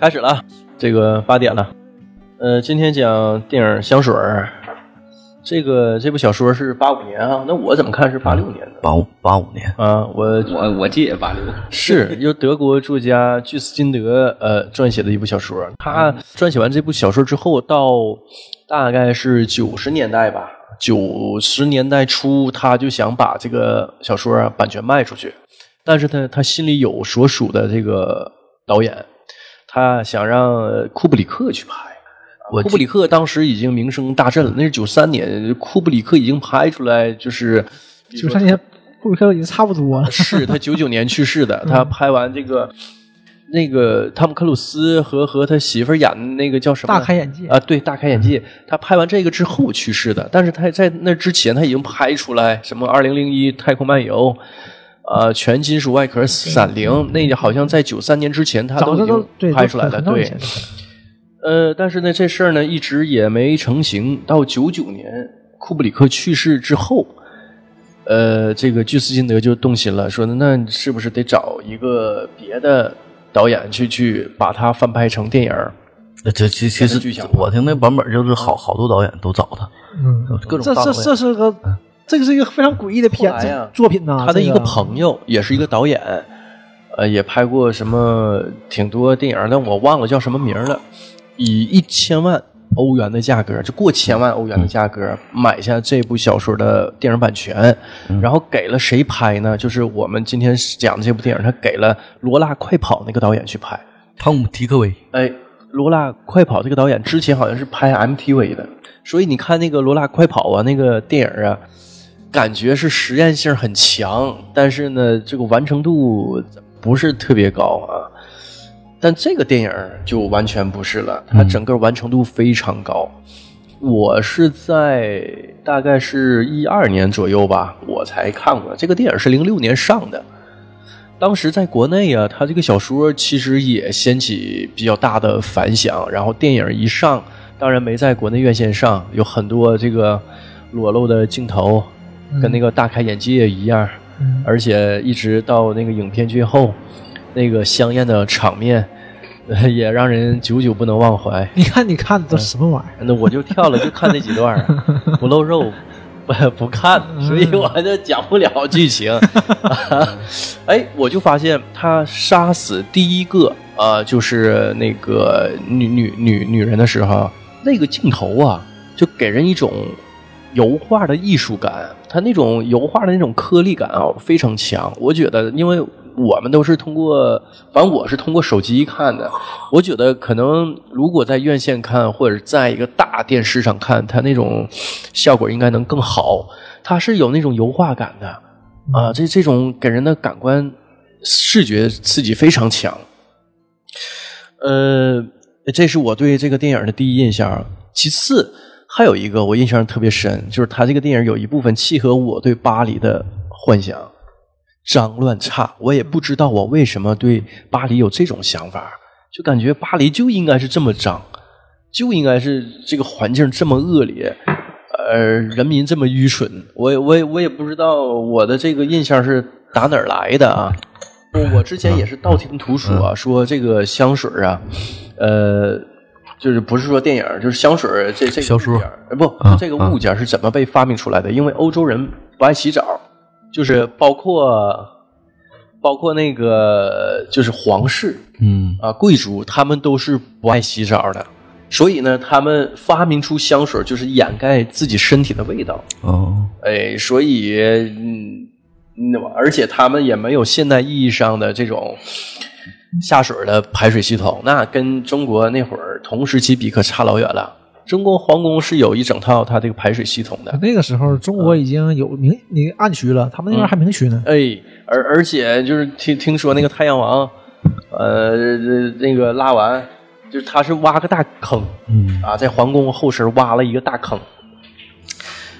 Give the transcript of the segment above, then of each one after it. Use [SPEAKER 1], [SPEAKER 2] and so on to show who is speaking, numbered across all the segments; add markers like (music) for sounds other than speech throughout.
[SPEAKER 1] 开始了啊，这个八点了。呃，今天讲电影《香水儿》，这个这部小说是八五年啊，那我怎么看是八六年的
[SPEAKER 2] 八五八五年，
[SPEAKER 1] 啊？我
[SPEAKER 3] 我我记也八六，
[SPEAKER 1] 是由德国作家居斯金德呃撰写的一部小说。他撰写完这部小说之后，到大概是九十年代吧，九十年代初，他就想把这个小说啊版权卖出去，但是他他心里有所属的这个导演，他想让呃库布里克去拍。
[SPEAKER 2] 我
[SPEAKER 1] 库布里克当时已经名声大振了，那是九三年，库布里克已经拍出来就是
[SPEAKER 4] 九三年布鲁克已经差不多了。
[SPEAKER 1] 是他九九年去世
[SPEAKER 4] 嗯
[SPEAKER 1] 的，他拍完这个那个汤姆克鲁斯和和他媳妇儿演的那个叫什么
[SPEAKER 4] 大开眼界嗯
[SPEAKER 1] 啊？对，大开眼界。他拍完这个之后去世的，但是他在那之前他已经拍出来什么《二零零一太空漫游》。呃，全金属外壳、闪灵，那好像在九三年之前，他
[SPEAKER 4] 早
[SPEAKER 1] 都
[SPEAKER 4] 就
[SPEAKER 1] 已
[SPEAKER 4] 都对
[SPEAKER 1] 经拍出来了。
[SPEAKER 4] 很早以
[SPEAKER 1] 对
[SPEAKER 4] 前，
[SPEAKER 1] 呃，但是呢，这事儿呢一直也没成型。到九九年库布里克去世之后，呃，这个居斯金德就动心了，说那是不是得找一个别的导演去去把它翻拍成电影儿？
[SPEAKER 2] 这呃这其其
[SPEAKER 1] 巨
[SPEAKER 2] 实
[SPEAKER 1] 响
[SPEAKER 2] 我听那版本就是好好多导演都找他，
[SPEAKER 4] 嗯，
[SPEAKER 2] 各种
[SPEAKER 4] 这
[SPEAKER 2] 大
[SPEAKER 4] 这
[SPEAKER 2] 导演
[SPEAKER 4] 这是个这个是一个非常诡异的片
[SPEAKER 1] 后来呀
[SPEAKER 4] 子作品呐。
[SPEAKER 1] 他的一
[SPEAKER 4] 啊这
[SPEAKER 1] 个朋友也是一个导演，呃，也拍过什么挺多电影儿，但我忘了叫什么名儿了。以一千万欧元的价格，就过千万欧元的价格买下这部小说的电影版权，然后给了谁拍呢？就是我们今天讲的这部电影，他给了《罗拉快跑》那个导演去拍。
[SPEAKER 2] 汤姆提克维，
[SPEAKER 1] 哎，罗拉快跑这个导演之前好像是拍 MTV 的，所以你看那个罗拉快跑啊，那个电影啊，感觉是实验性很强，但是呢，这个完成度不是特别高啊。但这个电影就完全不是了，它整个完成度非常高。我是在大概是一二年左右吧，我才看过这个电影是零六年上的。当时在国内啊，他这个小说其实也掀起比较大的反响，然后电影一上，当然没在国内院线上，有很多这个裸露的镜头，跟那个大开眼界一样，
[SPEAKER 4] 嗯
[SPEAKER 1] 而且一直到那个影片最后，那个香艳的场面， (laughs) 呃也让人久久不能忘怀。
[SPEAKER 4] 你看你看的
[SPEAKER 1] 嗯
[SPEAKER 4] 都什么玩意儿？
[SPEAKER 1] 那我就跳了，就看那几段儿，不露肉，不不看，所以我就讲不了剧情。哎，我就发现他杀死第一个啊、呃就是那个女女女女人的时候，那个镜头啊，就给人一种油画的艺术感，它那种油画的那种颗粒感啊非常强。我觉得，因为我们都是通过，反正我是通过手机看的，我觉得可能如果在院线看，或者在一个大电视上看，它那种效果应该能更好。它是有那种油画感的啊，这这种给人的感官视觉刺激非常强。呃，这是我对这个电影的第一印象。其次，还有一个我印象特别深，就是他这个电影有一部分契合我对巴黎的幻想，脏乱差。我也不知道我为什么对巴黎有这种想法，就感觉巴黎就应该是这么脏，就应该是这个环境这么恶劣。呃，人民这么愚蠢，我也我也我也不知道我的这个印象是打哪儿来的啊。我我之前也是道听途说、啊，说这个香水啊，呃，就是不是说电影，就是香水儿这这个
[SPEAKER 2] 小
[SPEAKER 1] 物
[SPEAKER 2] 说
[SPEAKER 1] 件儿，呃不，
[SPEAKER 2] 啊
[SPEAKER 1] 这个物件儿是怎么被发明出来的？因为欧洲人不爱洗澡，就是包括包括那个就是皇室，
[SPEAKER 2] 嗯，
[SPEAKER 1] 啊，贵族他们都是不爱洗澡的，所以呢，他们发明出香水就是掩盖自己身体的味道。
[SPEAKER 2] 哦，
[SPEAKER 1] 哎，所以嗯，那么而且他们也没有现代意义上的这种下水的排水系统，那跟中国那会儿同时期比可差老远了。中国皇宫是有一整套它这个排水系统的，
[SPEAKER 4] 那个时
[SPEAKER 1] 嗯
[SPEAKER 4] 候中国已经有明那个暗区了，他们那边还明区呢。
[SPEAKER 1] 哎，而而且就是听听说那个太阳王，呃，这那个拉完，就是他是挖个大坑，
[SPEAKER 2] 嗯
[SPEAKER 1] 啊，在皇宫后身挖了一个大坑，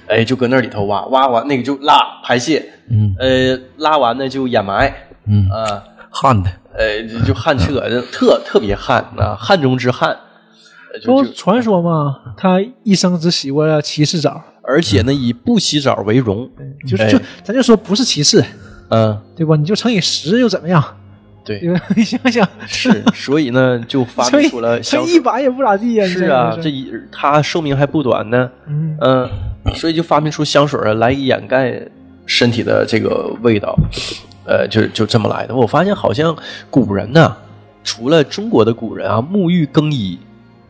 [SPEAKER 1] 哎，就搁那里头挖，挖完那个就拉排泄，
[SPEAKER 2] 嗯
[SPEAKER 1] 呃，拉完呢就掩埋，
[SPEAKER 2] 嗯，
[SPEAKER 1] 啊，
[SPEAKER 2] 旱的，
[SPEAKER 1] 呃，就就旱厕，就特特别旱啊，旱中之旱，呃就
[SPEAKER 4] 都
[SPEAKER 1] 就
[SPEAKER 4] 传说嘛，他一生只洗过了七次澡，
[SPEAKER 1] 而且呢以不洗澡为荣，
[SPEAKER 4] 就是
[SPEAKER 1] 哎
[SPEAKER 4] 就咱就说不是七次，
[SPEAKER 1] 嗯。
[SPEAKER 4] 对吧？你就乘以十又怎么样？
[SPEAKER 1] 对，
[SPEAKER 4] 因为你想想， (laughs)
[SPEAKER 1] 是，所以呢就发
[SPEAKER 4] 所
[SPEAKER 1] 明
[SPEAKER 4] 以
[SPEAKER 1] 出了
[SPEAKER 4] 这
[SPEAKER 1] 香
[SPEAKER 4] 一
[SPEAKER 1] 水。
[SPEAKER 4] 百也不咋地呀。你
[SPEAKER 1] 是
[SPEAKER 4] 想
[SPEAKER 1] 啊，
[SPEAKER 4] 想
[SPEAKER 1] 这一它寿命还不短呢，
[SPEAKER 4] 嗯
[SPEAKER 1] 嗯，所以就发明出香水儿来掩盖身体的这个味道，呃，就就这么来的。我发现好像古人呐，除了中国的古人啊，沐浴更衣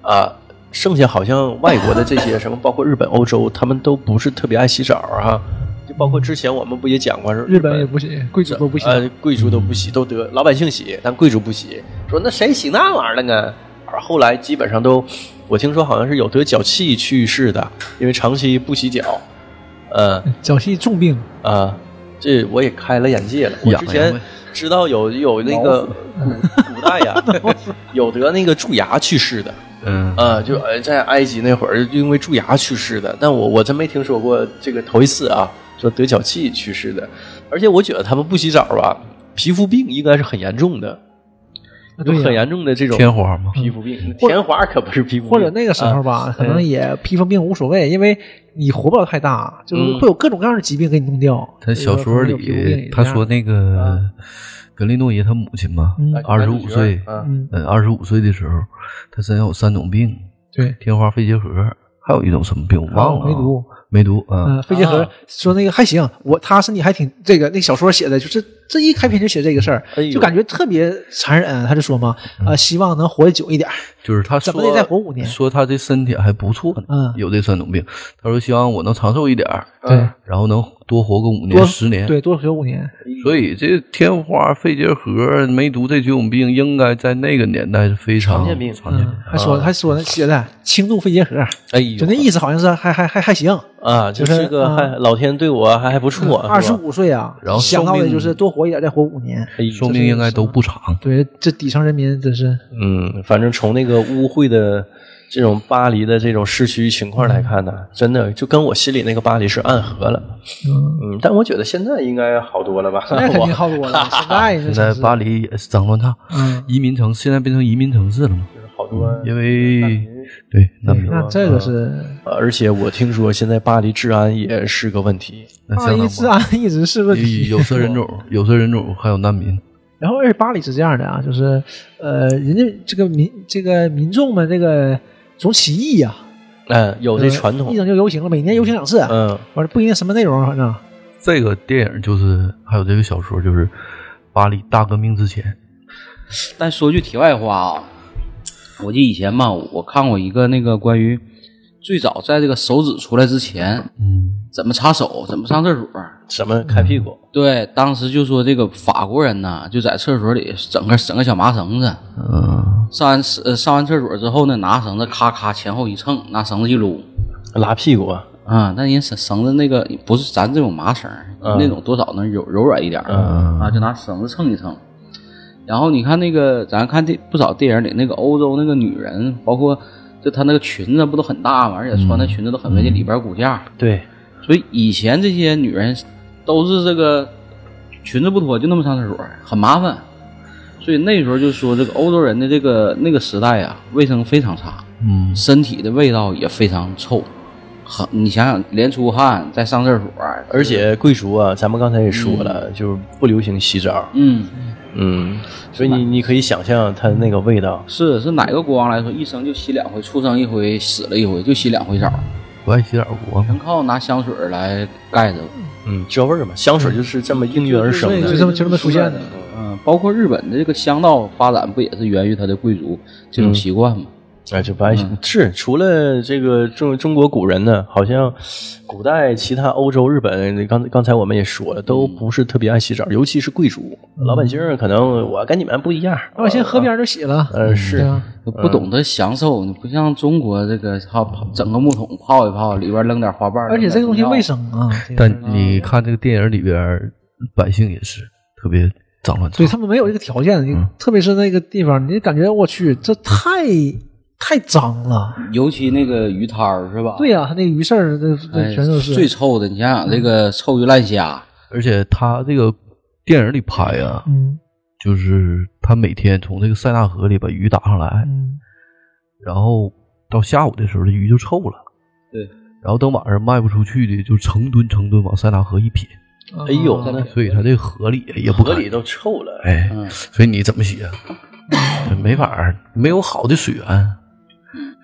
[SPEAKER 1] 啊，剩下好像外国的这些什么，包括日本、欧洲，他们都不是特别爱洗澡儿啊。就包括之前我们不也讲过，
[SPEAKER 4] 日本也不行，贵族都不行。
[SPEAKER 1] 呃，贵族都不洗，都得老百姓洗，但贵族不洗。说那谁洗那玩意儿了呢？而后来基本上都，我听说好像是有得脚气去世的，因为长期不洗脚。呃
[SPEAKER 4] 脚气重病，
[SPEAKER 1] 啊，这我也开了眼界了。我
[SPEAKER 2] 痒
[SPEAKER 1] 之
[SPEAKER 2] 痒
[SPEAKER 1] 前
[SPEAKER 2] 呗
[SPEAKER 1] 知道有有那个古古代呀， (laughs) 有得那个蛀牙去世的。
[SPEAKER 2] 嗯，
[SPEAKER 1] 啊，就呃在埃及那会儿因为蛀牙去世的，但我我真没听说过这个头一次啊，说得脚气去世的，而且我觉得他们不洗澡吧，皮肤病应该是很严重的，
[SPEAKER 4] 啊
[SPEAKER 1] 有
[SPEAKER 4] 对呀
[SPEAKER 1] 很严重的这种
[SPEAKER 2] 天花嘛，
[SPEAKER 4] 嗯
[SPEAKER 1] 皮肤病，天花可不是皮肤病，
[SPEAKER 4] 或者那个时候
[SPEAKER 1] 啊
[SPEAKER 4] 吧，可能也皮肤病无所谓，因为你活不了太大，
[SPEAKER 1] 嗯
[SPEAKER 4] 就是会有各种各样的疾病给你弄掉。
[SPEAKER 2] 他小说里他说那
[SPEAKER 4] 那，
[SPEAKER 2] 个格林诺耶他母亲嘛，
[SPEAKER 4] 嗯
[SPEAKER 2] 二十五岁，
[SPEAKER 1] 啊，
[SPEAKER 4] 嗯，
[SPEAKER 2] 嗯，二十五岁的时候，他身上有三种病，
[SPEAKER 4] 对，
[SPEAKER 2] 天花、肺结核，还有一种什么病我忘了啊，
[SPEAKER 4] 梅毒，
[SPEAKER 2] 梅毒啊
[SPEAKER 4] 嗯，，肺结核
[SPEAKER 1] 啊
[SPEAKER 4] 说那个还行，我他身体还挺这个，那小说写的就是这一开篇就写这个事儿
[SPEAKER 1] 哎，呦
[SPEAKER 4] 就感觉特别残忍。他就说嘛，
[SPEAKER 2] 嗯
[SPEAKER 4] 啊，希望能活得久一点儿，
[SPEAKER 2] 就是他
[SPEAKER 4] 怎
[SPEAKER 2] 说
[SPEAKER 4] 么得再活五年
[SPEAKER 2] 说他这身体还不错呢，
[SPEAKER 4] 嗯
[SPEAKER 2] 有这三种病，他说希望我能长寿一点儿，
[SPEAKER 1] 嗯
[SPEAKER 4] 对，
[SPEAKER 2] 然后能多活个五
[SPEAKER 4] 多
[SPEAKER 2] 年、十年，
[SPEAKER 4] 对，多活五年，
[SPEAKER 2] 所以这天花、肺结核、梅毒这几种病，应该在那个年代是非常
[SPEAKER 1] 常见病
[SPEAKER 2] 常见
[SPEAKER 4] 嗯
[SPEAKER 2] 病，
[SPEAKER 4] 还说还说写的轻度肺结核，
[SPEAKER 1] 哎呦，
[SPEAKER 4] 就那意思好像是还还还还行，
[SPEAKER 1] 啊，这
[SPEAKER 4] 就是
[SPEAKER 1] 是个
[SPEAKER 4] 啊嗯
[SPEAKER 1] 还老天对我还还不错，
[SPEAKER 4] 二
[SPEAKER 1] 是
[SPEAKER 4] 十
[SPEAKER 1] 吧，
[SPEAKER 4] 五岁啊，
[SPEAKER 2] 然后寿
[SPEAKER 4] 想
[SPEAKER 2] 命
[SPEAKER 4] 到的就是多活一点，再活五年。
[SPEAKER 1] 哎呦
[SPEAKER 2] 寿命应该都不长。
[SPEAKER 4] 对，这底层人民真是
[SPEAKER 1] 嗯，反正从那个污秽的这种巴黎的这种市区情况来看呢，真的就跟我心里那个巴黎是暗合了。 (laughs)
[SPEAKER 4] 嗯，
[SPEAKER 1] 嗯，但我觉得现在应该好多了吧？
[SPEAKER 4] 现在肯定好多了。现在
[SPEAKER 2] 现
[SPEAKER 4] 现
[SPEAKER 2] 在巴黎也是脏乱差，
[SPEAKER 4] 嗯，
[SPEAKER 2] 移民城现在变成移民城市了嘛？
[SPEAKER 1] 好多，
[SPEAKER 2] 因为对难民，
[SPEAKER 4] 那这个是
[SPEAKER 1] 呃而且我听说现在巴黎治安也是个问题。
[SPEAKER 2] 那
[SPEAKER 4] 巴
[SPEAKER 2] 相
[SPEAKER 4] 黎
[SPEAKER 2] 当
[SPEAKER 4] 治
[SPEAKER 2] 不好
[SPEAKER 4] 安一直是问题。
[SPEAKER 2] 有有色人
[SPEAKER 4] (laughs)
[SPEAKER 2] 种，有色人种还有难民，
[SPEAKER 4] 然后，而且巴黎是这样的啊，就是呃，人家这个民这个民众们这个总起义呀、
[SPEAKER 1] 嗯，有这
[SPEAKER 4] 呃
[SPEAKER 1] 传统
[SPEAKER 4] 一。整就游行了，每年游行两次，
[SPEAKER 1] 嗯，
[SPEAKER 4] 完了不一定什么内容，反正
[SPEAKER 2] 这个电影就是还有这个小说就是巴黎大革命之前，
[SPEAKER 3] 但说句题外话啊，我记得以前吧，我看过一个那个关于最早在这个手指出来之前
[SPEAKER 2] 嗯，
[SPEAKER 3] 怎么擦手、怎么上厕所。
[SPEAKER 1] 什么开屁股？
[SPEAKER 3] 对，当时就说这个法国人呢，就在厕所里整个整个小麻绳子，
[SPEAKER 2] 嗯，
[SPEAKER 3] 上完厕呃上完厕所之后呢，拿绳子咔咔前后一蹭，拿绳子一撸。
[SPEAKER 1] 拉屁股？
[SPEAKER 3] 啊，那人绳绳子那个不是咱这种麻绳儿，
[SPEAKER 1] 嗯
[SPEAKER 3] 那种多少能柔柔软一点儿、
[SPEAKER 1] 嗯
[SPEAKER 3] 啊，就拿绳子蹭一蹭。然后你看那个，咱看这不少电影里那个欧洲那个女人，包括就她那个裙子不都很大嘛，而且
[SPEAKER 1] 嗯
[SPEAKER 3] 穿的裙子都很围，这里边儿骨架，
[SPEAKER 1] 对，
[SPEAKER 3] 所以以前这些女人都是这个裙子不脱就那么上厕所，很麻烦。所以那时候就说这个欧洲人的这个那个时代啊，卫生非常差。
[SPEAKER 2] 嗯，
[SPEAKER 3] 身体的味道也非常臭，很你想想，连出汗再上厕所，
[SPEAKER 1] 而且贵族啊，咱们刚才也说了，就是不流行洗澡。
[SPEAKER 3] 嗯，
[SPEAKER 1] 嗯，所以你你可以想象它那个味道。
[SPEAKER 3] 是是哪个国王来说，一生就洗两回，出生一回，死了一回，就洗两回澡，
[SPEAKER 2] 不爱洗澡国嘛
[SPEAKER 3] 全，靠拿香水来盖着。
[SPEAKER 1] 嗯，遮味儿嘛，香水就是这么应运而生
[SPEAKER 4] 对
[SPEAKER 1] 的
[SPEAKER 4] 就。这么就这么出现的。
[SPEAKER 3] 嗯，包括日本的这个香道发展，不也是源于他的贵族这种习惯
[SPEAKER 4] 嗯
[SPEAKER 3] 吗？
[SPEAKER 1] 哎，就不爱洗是除了这个中中国古人呢，好像古代其他欧洲、日本，刚刚才我们也说了，都不是特别爱洗澡，尤其是贵族、老百姓儿，可能我跟你们不一样。
[SPEAKER 4] 老百姓河边儿就洗了，
[SPEAKER 1] 呃，是
[SPEAKER 4] 嗯对啊，
[SPEAKER 3] 不懂得享受，你不像中国这个泡泡整个木桶泡一泡，里边扔点花瓣儿，
[SPEAKER 4] 而且这个东西
[SPEAKER 3] 扔点
[SPEAKER 4] 卫生啊，这个
[SPEAKER 2] 但你看这个电影里边儿，百姓也是特别脏乱差
[SPEAKER 4] 对。他们没有这个条件，你特别是那个地方，你感觉我去，这太太脏了。
[SPEAKER 3] 尿，尤其那个鱼摊儿是吧？
[SPEAKER 4] 对呀、他那鱼事儿，这
[SPEAKER 3] 哎
[SPEAKER 4] 这全都是嗯
[SPEAKER 3] 最臭的。你想想，这个臭鱼烂虾，
[SPEAKER 2] 而且他这个电影里拍啊，
[SPEAKER 4] 嗯
[SPEAKER 2] 就是他每天从这个塞纳河里把鱼打上来，
[SPEAKER 4] 嗯，
[SPEAKER 2] 然后到下午的时候，这鱼就臭了。
[SPEAKER 3] 对，
[SPEAKER 2] 然后等晚上卖不出去的，就成吨成吨往塞纳河一撇。
[SPEAKER 1] 哎呦
[SPEAKER 4] 啊
[SPEAKER 1] 那
[SPEAKER 2] 所以他这河里也嗯不
[SPEAKER 1] 河
[SPEAKER 2] 敢
[SPEAKER 1] 里都臭了。
[SPEAKER 2] 哎，
[SPEAKER 3] 嗯
[SPEAKER 2] 所以你怎么写？没法儿，没有好的水源，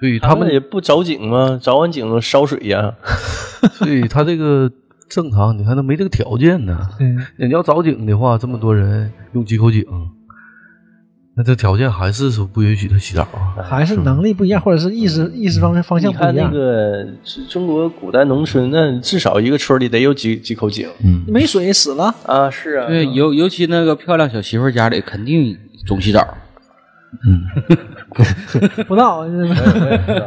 [SPEAKER 2] 所以他
[SPEAKER 1] 他们
[SPEAKER 2] 们
[SPEAKER 1] 也不找井吗？找完井烧水呀、
[SPEAKER 2] 所以他这个正常，你看他没这个条件呢。
[SPEAKER 4] 对，
[SPEAKER 2] 你要找井的话，这么多人用几口井，那这条件还是说不允许他洗澡啊？
[SPEAKER 4] 还是能力不一样，或者是意识意识方面方向
[SPEAKER 1] 你
[SPEAKER 4] 不
[SPEAKER 1] 看
[SPEAKER 4] 一
[SPEAKER 1] 那
[SPEAKER 4] 样。
[SPEAKER 1] 个中国古代农村，那至少一个村里得有几几口井
[SPEAKER 2] 嗯，
[SPEAKER 4] 没水死了，
[SPEAKER 1] 啊。是
[SPEAKER 4] 嗯
[SPEAKER 1] 啊，
[SPEAKER 3] 对，尤尤其那个漂亮小媳妇儿家里，肯定总洗澡。
[SPEAKER 4] 不到，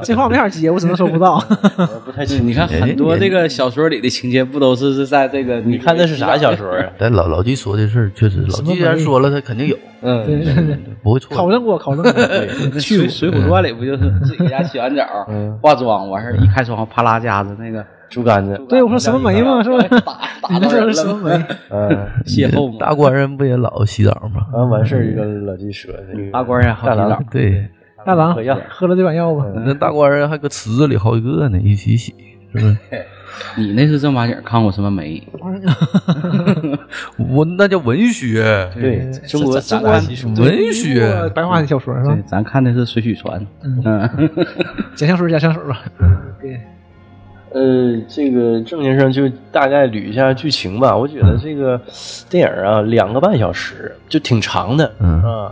[SPEAKER 4] 这话没法接，我只能说不到。
[SPEAKER 1] 我不太清楚。哎
[SPEAKER 3] 你看很多这个小说里的情节，不都是是在这个？
[SPEAKER 1] 你看那是啥小说啊？
[SPEAKER 2] 但老老纪说的事儿确实，老纪既然说了，他肯定有，
[SPEAKER 3] 嗯，
[SPEAKER 4] 对对对，
[SPEAKER 2] 不会错
[SPEAKER 4] 考
[SPEAKER 2] 的。
[SPEAKER 4] 证过，考证过。嗯
[SPEAKER 3] 那水《水浒传》里不就是自己家洗完澡， (laughs) 化妆完事儿一开窗，啪啦家子那个
[SPEAKER 1] 竹竿子，
[SPEAKER 4] 嗯对，我说什么梅嘛，是不是？
[SPEAKER 3] 打
[SPEAKER 4] (laughs) 你 (laughs) 那
[SPEAKER 3] 打到
[SPEAKER 4] 时候
[SPEAKER 3] 人
[SPEAKER 4] 是什
[SPEAKER 3] 了
[SPEAKER 4] 么
[SPEAKER 3] (laughs) 吗，
[SPEAKER 4] 梅？
[SPEAKER 1] 嗯，
[SPEAKER 3] 邂逅
[SPEAKER 4] (laughs)
[SPEAKER 3] 嘛。
[SPEAKER 2] 大官人不也老洗澡吗？
[SPEAKER 1] 完啊完事儿跟老季说的，
[SPEAKER 3] 大官人好洗澡，
[SPEAKER 2] 对，
[SPEAKER 4] 大郎
[SPEAKER 1] 喝药
[SPEAKER 4] 喝了这碗药吧？
[SPEAKER 2] 那大官人还搁池子里好几个呢，一起洗，是不是？
[SPEAKER 3] 你那是正八经看过什么梅？
[SPEAKER 2] 我那叫文学，
[SPEAKER 1] 对嗯中国
[SPEAKER 4] 中
[SPEAKER 1] 三
[SPEAKER 4] 国
[SPEAKER 1] 大奇书，
[SPEAKER 2] 文学，
[SPEAKER 4] 哎白话的小说是吧
[SPEAKER 3] 对，？咱看的是《水浒传》。嗯，
[SPEAKER 4] 假香水，假香水吧。对，
[SPEAKER 1] 呃，这个郑先生就大概捋一下剧情吧。我觉得这个电影啊，两个半小时就挺长的
[SPEAKER 2] 嗯，
[SPEAKER 1] 啊。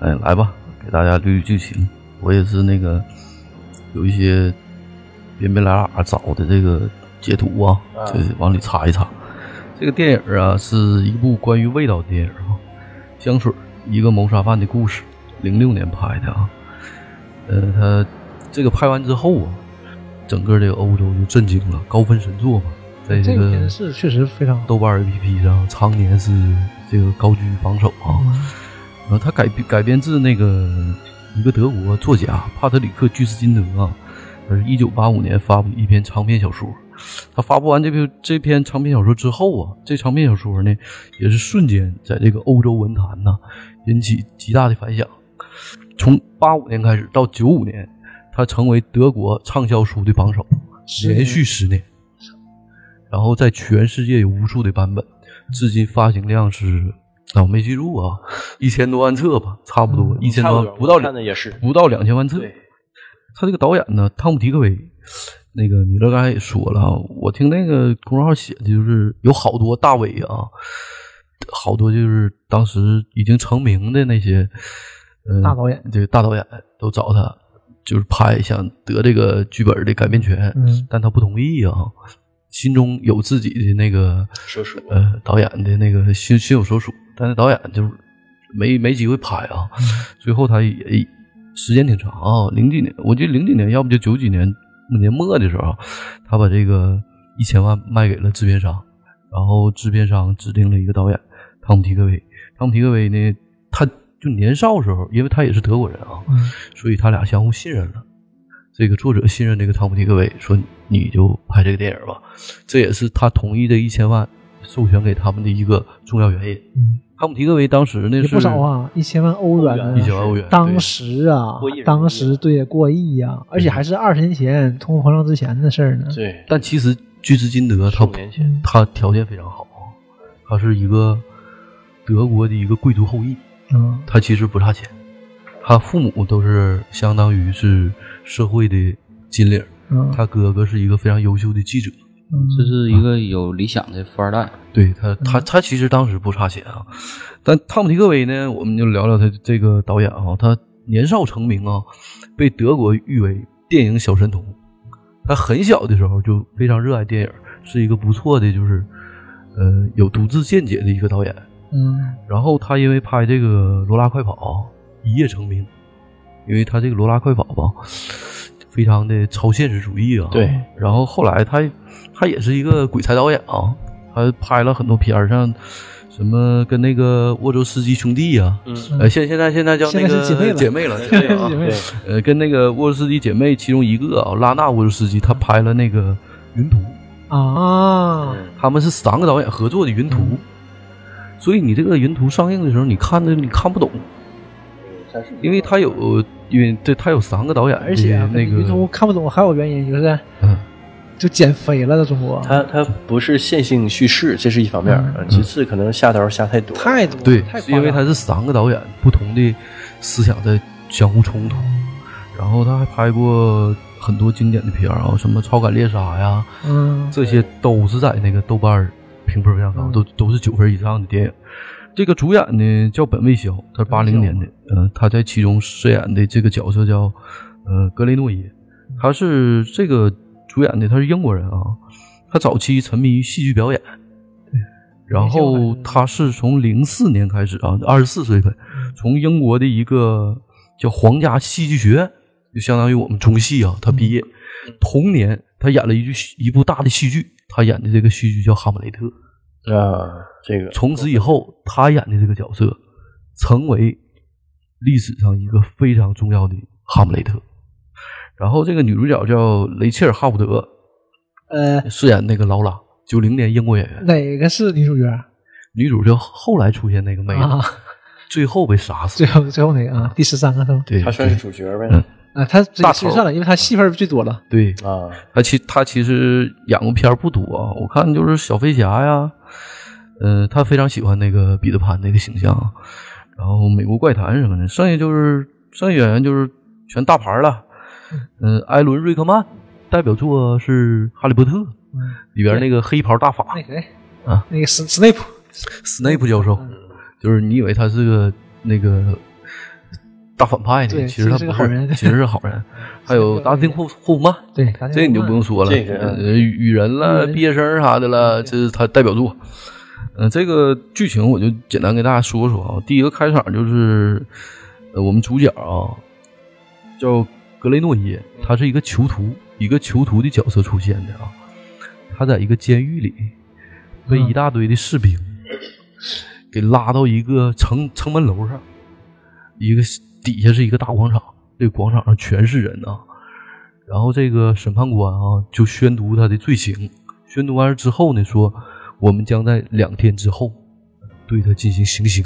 [SPEAKER 2] 哎，来吧，给大家捋捋剧情。我也是那个有一些边边拉拉找的这个截图啊，这往里插一插。这个电影啊，是一部关于味道的电影啊，香水一个谋杀犯的故事，零六年拍的啊。呃，他这个拍完之后啊，整个这个欧洲就震惊了，高分神作嘛，在
[SPEAKER 4] 这
[SPEAKER 2] 这
[SPEAKER 4] 个
[SPEAKER 2] 个
[SPEAKER 4] 片是确实非常好。
[SPEAKER 2] 豆瓣 APP 上常年是这个高居榜首啊。然后它改编改编自那个一个德国作家帕特里克·居斯金德啊，他是一九八五年发布一篇长篇小说。他发布完这篇这篇长篇小说之后啊，这长篇小说呢，也是瞬间在这个欧洲文坛呐、引起极大的反响。从八五年开始到九五年，他成为德国畅销书的榜首，连续十年。然后在全世界有无数的版本，至今发行量是啊，我没记住啊，一千多万册吧，差不多一千
[SPEAKER 1] 嗯差
[SPEAKER 2] 多
[SPEAKER 1] 不
[SPEAKER 2] 万，
[SPEAKER 1] 多
[SPEAKER 2] 不到
[SPEAKER 1] 我看
[SPEAKER 2] 两
[SPEAKER 1] 的也是，
[SPEAKER 2] 不到两千万册
[SPEAKER 1] 对。
[SPEAKER 2] 他这个导演呢，汤姆·迪克维，那个米勒刚才也说了啊，我听那个公众号写的就是有好多大 V 啊，好多就是当时已经成名的那些，呃，
[SPEAKER 4] 大导演，
[SPEAKER 2] 这个大导演都找他，就是拍想得这个剧本的改编权，
[SPEAKER 4] 嗯
[SPEAKER 2] 但他不同意啊，心中有自己的那个
[SPEAKER 1] 说书
[SPEAKER 2] 呃导演的那个心心有所属，但是导演就是没没机会拍啊，最后他也时间挺长啊，零几年，我记得零几年，要不就九几年年末的时候，他把这个一千万卖给了制片商，然后制片商指定了一个导演汤姆·提克维，汤姆·提克维呢，他就年少时候，因为他也是德国人啊，
[SPEAKER 4] 嗯
[SPEAKER 2] 所以他俩相互信任了。这个作者信任这个汤姆·迪克维，说你就拍这个电影吧，这也是他同意这一千万授权给他们的一个重要原因。
[SPEAKER 4] 嗯，
[SPEAKER 2] 汤姆·迪克维当时呢
[SPEAKER 4] 也
[SPEAKER 2] 是
[SPEAKER 4] 不少，啊，一千万欧元
[SPEAKER 1] 欧
[SPEAKER 4] 呢
[SPEAKER 1] 元
[SPEAKER 2] 一千万欧元，
[SPEAKER 4] 当时啊
[SPEAKER 1] 过亿人民，币
[SPEAKER 4] 当时对过亿呀、而且还是二十年前通货膨胀之前的事儿呢。
[SPEAKER 1] 对
[SPEAKER 2] 对，但其实居斯金德他
[SPEAKER 1] 数年前
[SPEAKER 2] 他条件非常好，他是一个德国的一个贵族后裔，
[SPEAKER 4] 嗯，
[SPEAKER 2] 他其实不差钱，他父母都是相当于是社会的金领儿，
[SPEAKER 4] 嗯
[SPEAKER 2] 他哥哥是一个非常优秀的记者，
[SPEAKER 4] 嗯
[SPEAKER 3] 这是一个有理想的富二代。
[SPEAKER 2] 对他，他他其实当时不差钱啊，但汤姆·迪克维呢，我们就聊聊他这个导演啊，他年少成名啊，被德国誉为电影小神童。他很小的时候就非常热爱电影，是一个不错的，就是呃有独自见解的一个导演。
[SPEAKER 4] 嗯
[SPEAKER 2] 然后他因为拍这个《罗拉快跑》一夜成名，因为他这个《罗拉快跑》吧，非常的超现实主义啊。
[SPEAKER 1] 对，
[SPEAKER 2] 然后后来他他也是一个鬼才导演啊，他拍了很多片儿，像什么跟那个沃州斯基兄弟呀、啊，
[SPEAKER 1] 嗯
[SPEAKER 2] 呃，现现在现在叫那
[SPEAKER 4] 现
[SPEAKER 2] 个
[SPEAKER 4] 在是姐妹了
[SPEAKER 2] 姐妹
[SPEAKER 4] (laughs)
[SPEAKER 2] 了，
[SPEAKER 1] 对
[SPEAKER 2] 对啊
[SPEAKER 4] 姐妹
[SPEAKER 1] 对，
[SPEAKER 2] 呃，跟那个沃州斯基姐妹其中一个啊，拉娜沃州斯基，他拍了那个《云图》，
[SPEAKER 4] 啊，
[SPEAKER 2] 他们是三个导演合作的《云图》，所以你这个《云图》上映的时候，你看的你看不懂，因为他有，因为对他有三个导演的
[SPEAKER 4] 而且啊
[SPEAKER 2] 那个
[SPEAKER 4] 云图看不懂还有原因，就是
[SPEAKER 2] 嗯
[SPEAKER 4] 就减肥了，在中国
[SPEAKER 1] 它它不是线性叙事，这是一方面儿，嗯其次可能下刀下太多，
[SPEAKER 4] 太多了
[SPEAKER 2] 对
[SPEAKER 4] 太，
[SPEAKER 2] 是因为
[SPEAKER 4] 夸张
[SPEAKER 2] 他
[SPEAKER 4] 了
[SPEAKER 2] 是三个导演不同的思想在相互冲突，然后他还拍过很多经典的片儿啊，什么《超感猎杀》呀，
[SPEAKER 4] 嗯
[SPEAKER 2] 这些都是在那个豆瓣儿评分非常高，
[SPEAKER 4] 嗯
[SPEAKER 2] 都都是九分以上的电影。这个主演呢叫本卫肖，他是八零年的，嗯、他在其中饰演的这个角色叫呃格雷诺耶，他是这个主演的，他是英国人啊，他早期沉迷于戏剧表演，然后他是从零四年开始啊，二十四岁份，从英国的一个叫皇家戏剧学院，就相当于我们中戏啊，他毕业。同年，他演了一句一部大的戏剧，他演的这个戏剧叫《哈姆雷特》。
[SPEAKER 1] 啊，这个
[SPEAKER 2] 从此以后，他演的这个角色成为历史上一个非常重要的哈姆雷特。然后这个女主角叫雷切尔·哈伍德，
[SPEAKER 4] 呃，
[SPEAKER 2] 饰演那个劳拉，九零年英国演员。
[SPEAKER 4] 哪个是女主角
[SPEAKER 2] 女主就后来出现那个妹子，
[SPEAKER 4] 啊？
[SPEAKER 2] 最后被杀死
[SPEAKER 4] 最。后最后那个啊，第十三个都
[SPEAKER 2] 对，
[SPEAKER 1] 他算是主角呗
[SPEAKER 2] 嗯
[SPEAKER 4] 啊，他
[SPEAKER 2] 大
[SPEAKER 4] 实
[SPEAKER 2] 头
[SPEAKER 4] 算了，因为他戏份最多了。
[SPEAKER 2] 对，
[SPEAKER 1] 啊，
[SPEAKER 2] 他其他其实演过片儿不多，我看就是小飞侠呀，嗯、他非常喜欢那个彼得潘那个形象啊，然后美国怪谈什么的，剩下就是剩下演员就是全大牌了，嗯、艾伦瑞克曼代表作是《哈利波特》
[SPEAKER 4] 嗯
[SPEAKER 2] 里边那个黑袍大法
[SPEAKER 4] 那谁
[SPEAKER 2] 啊，
[SPEAKER 4] 那个斯斯内普，
[SPEAKER 2] 斯
[SPEAKER 4] 嗯
[SPEAKER 2] 内普教授，就是你以为他是个那个大反派
[SPEAKER 4] 对
[SPEAKER 2] 呢，其实他
[SPEAKER 4] 其实是个
[SPEAKER 2] 不
[SPEAKER 4] 好人
[SPEAKER 2] 其实是好
[SPEAKER 4] (laughs)
[SPEAKER 2] 人，还有达斯汀霍霍夫曼。
[SPEAKER 4] 对，
[SPEAKER 2] 这你就不用说了，
[SPEAKER 1] 这个
[SPEAKER 2] 呃雨雨人了、毕业生啥的了，这是他代表作。嗯、这个剧情我就简单给大家说说啊。第一个开场就是，呃，我们主角啊叫格雷诺耶，他是一个囚徒，一个囚徒的角色出现的啊。他在一个监狱里被一大堆的士兵给拉到一个城城门楼上，一个底下是一个大广场，这个广场上全是人啊。然后这个审判官啊就宣读他的罪行，宣读完之后呢，说我们将在两天之后对他进行行刑。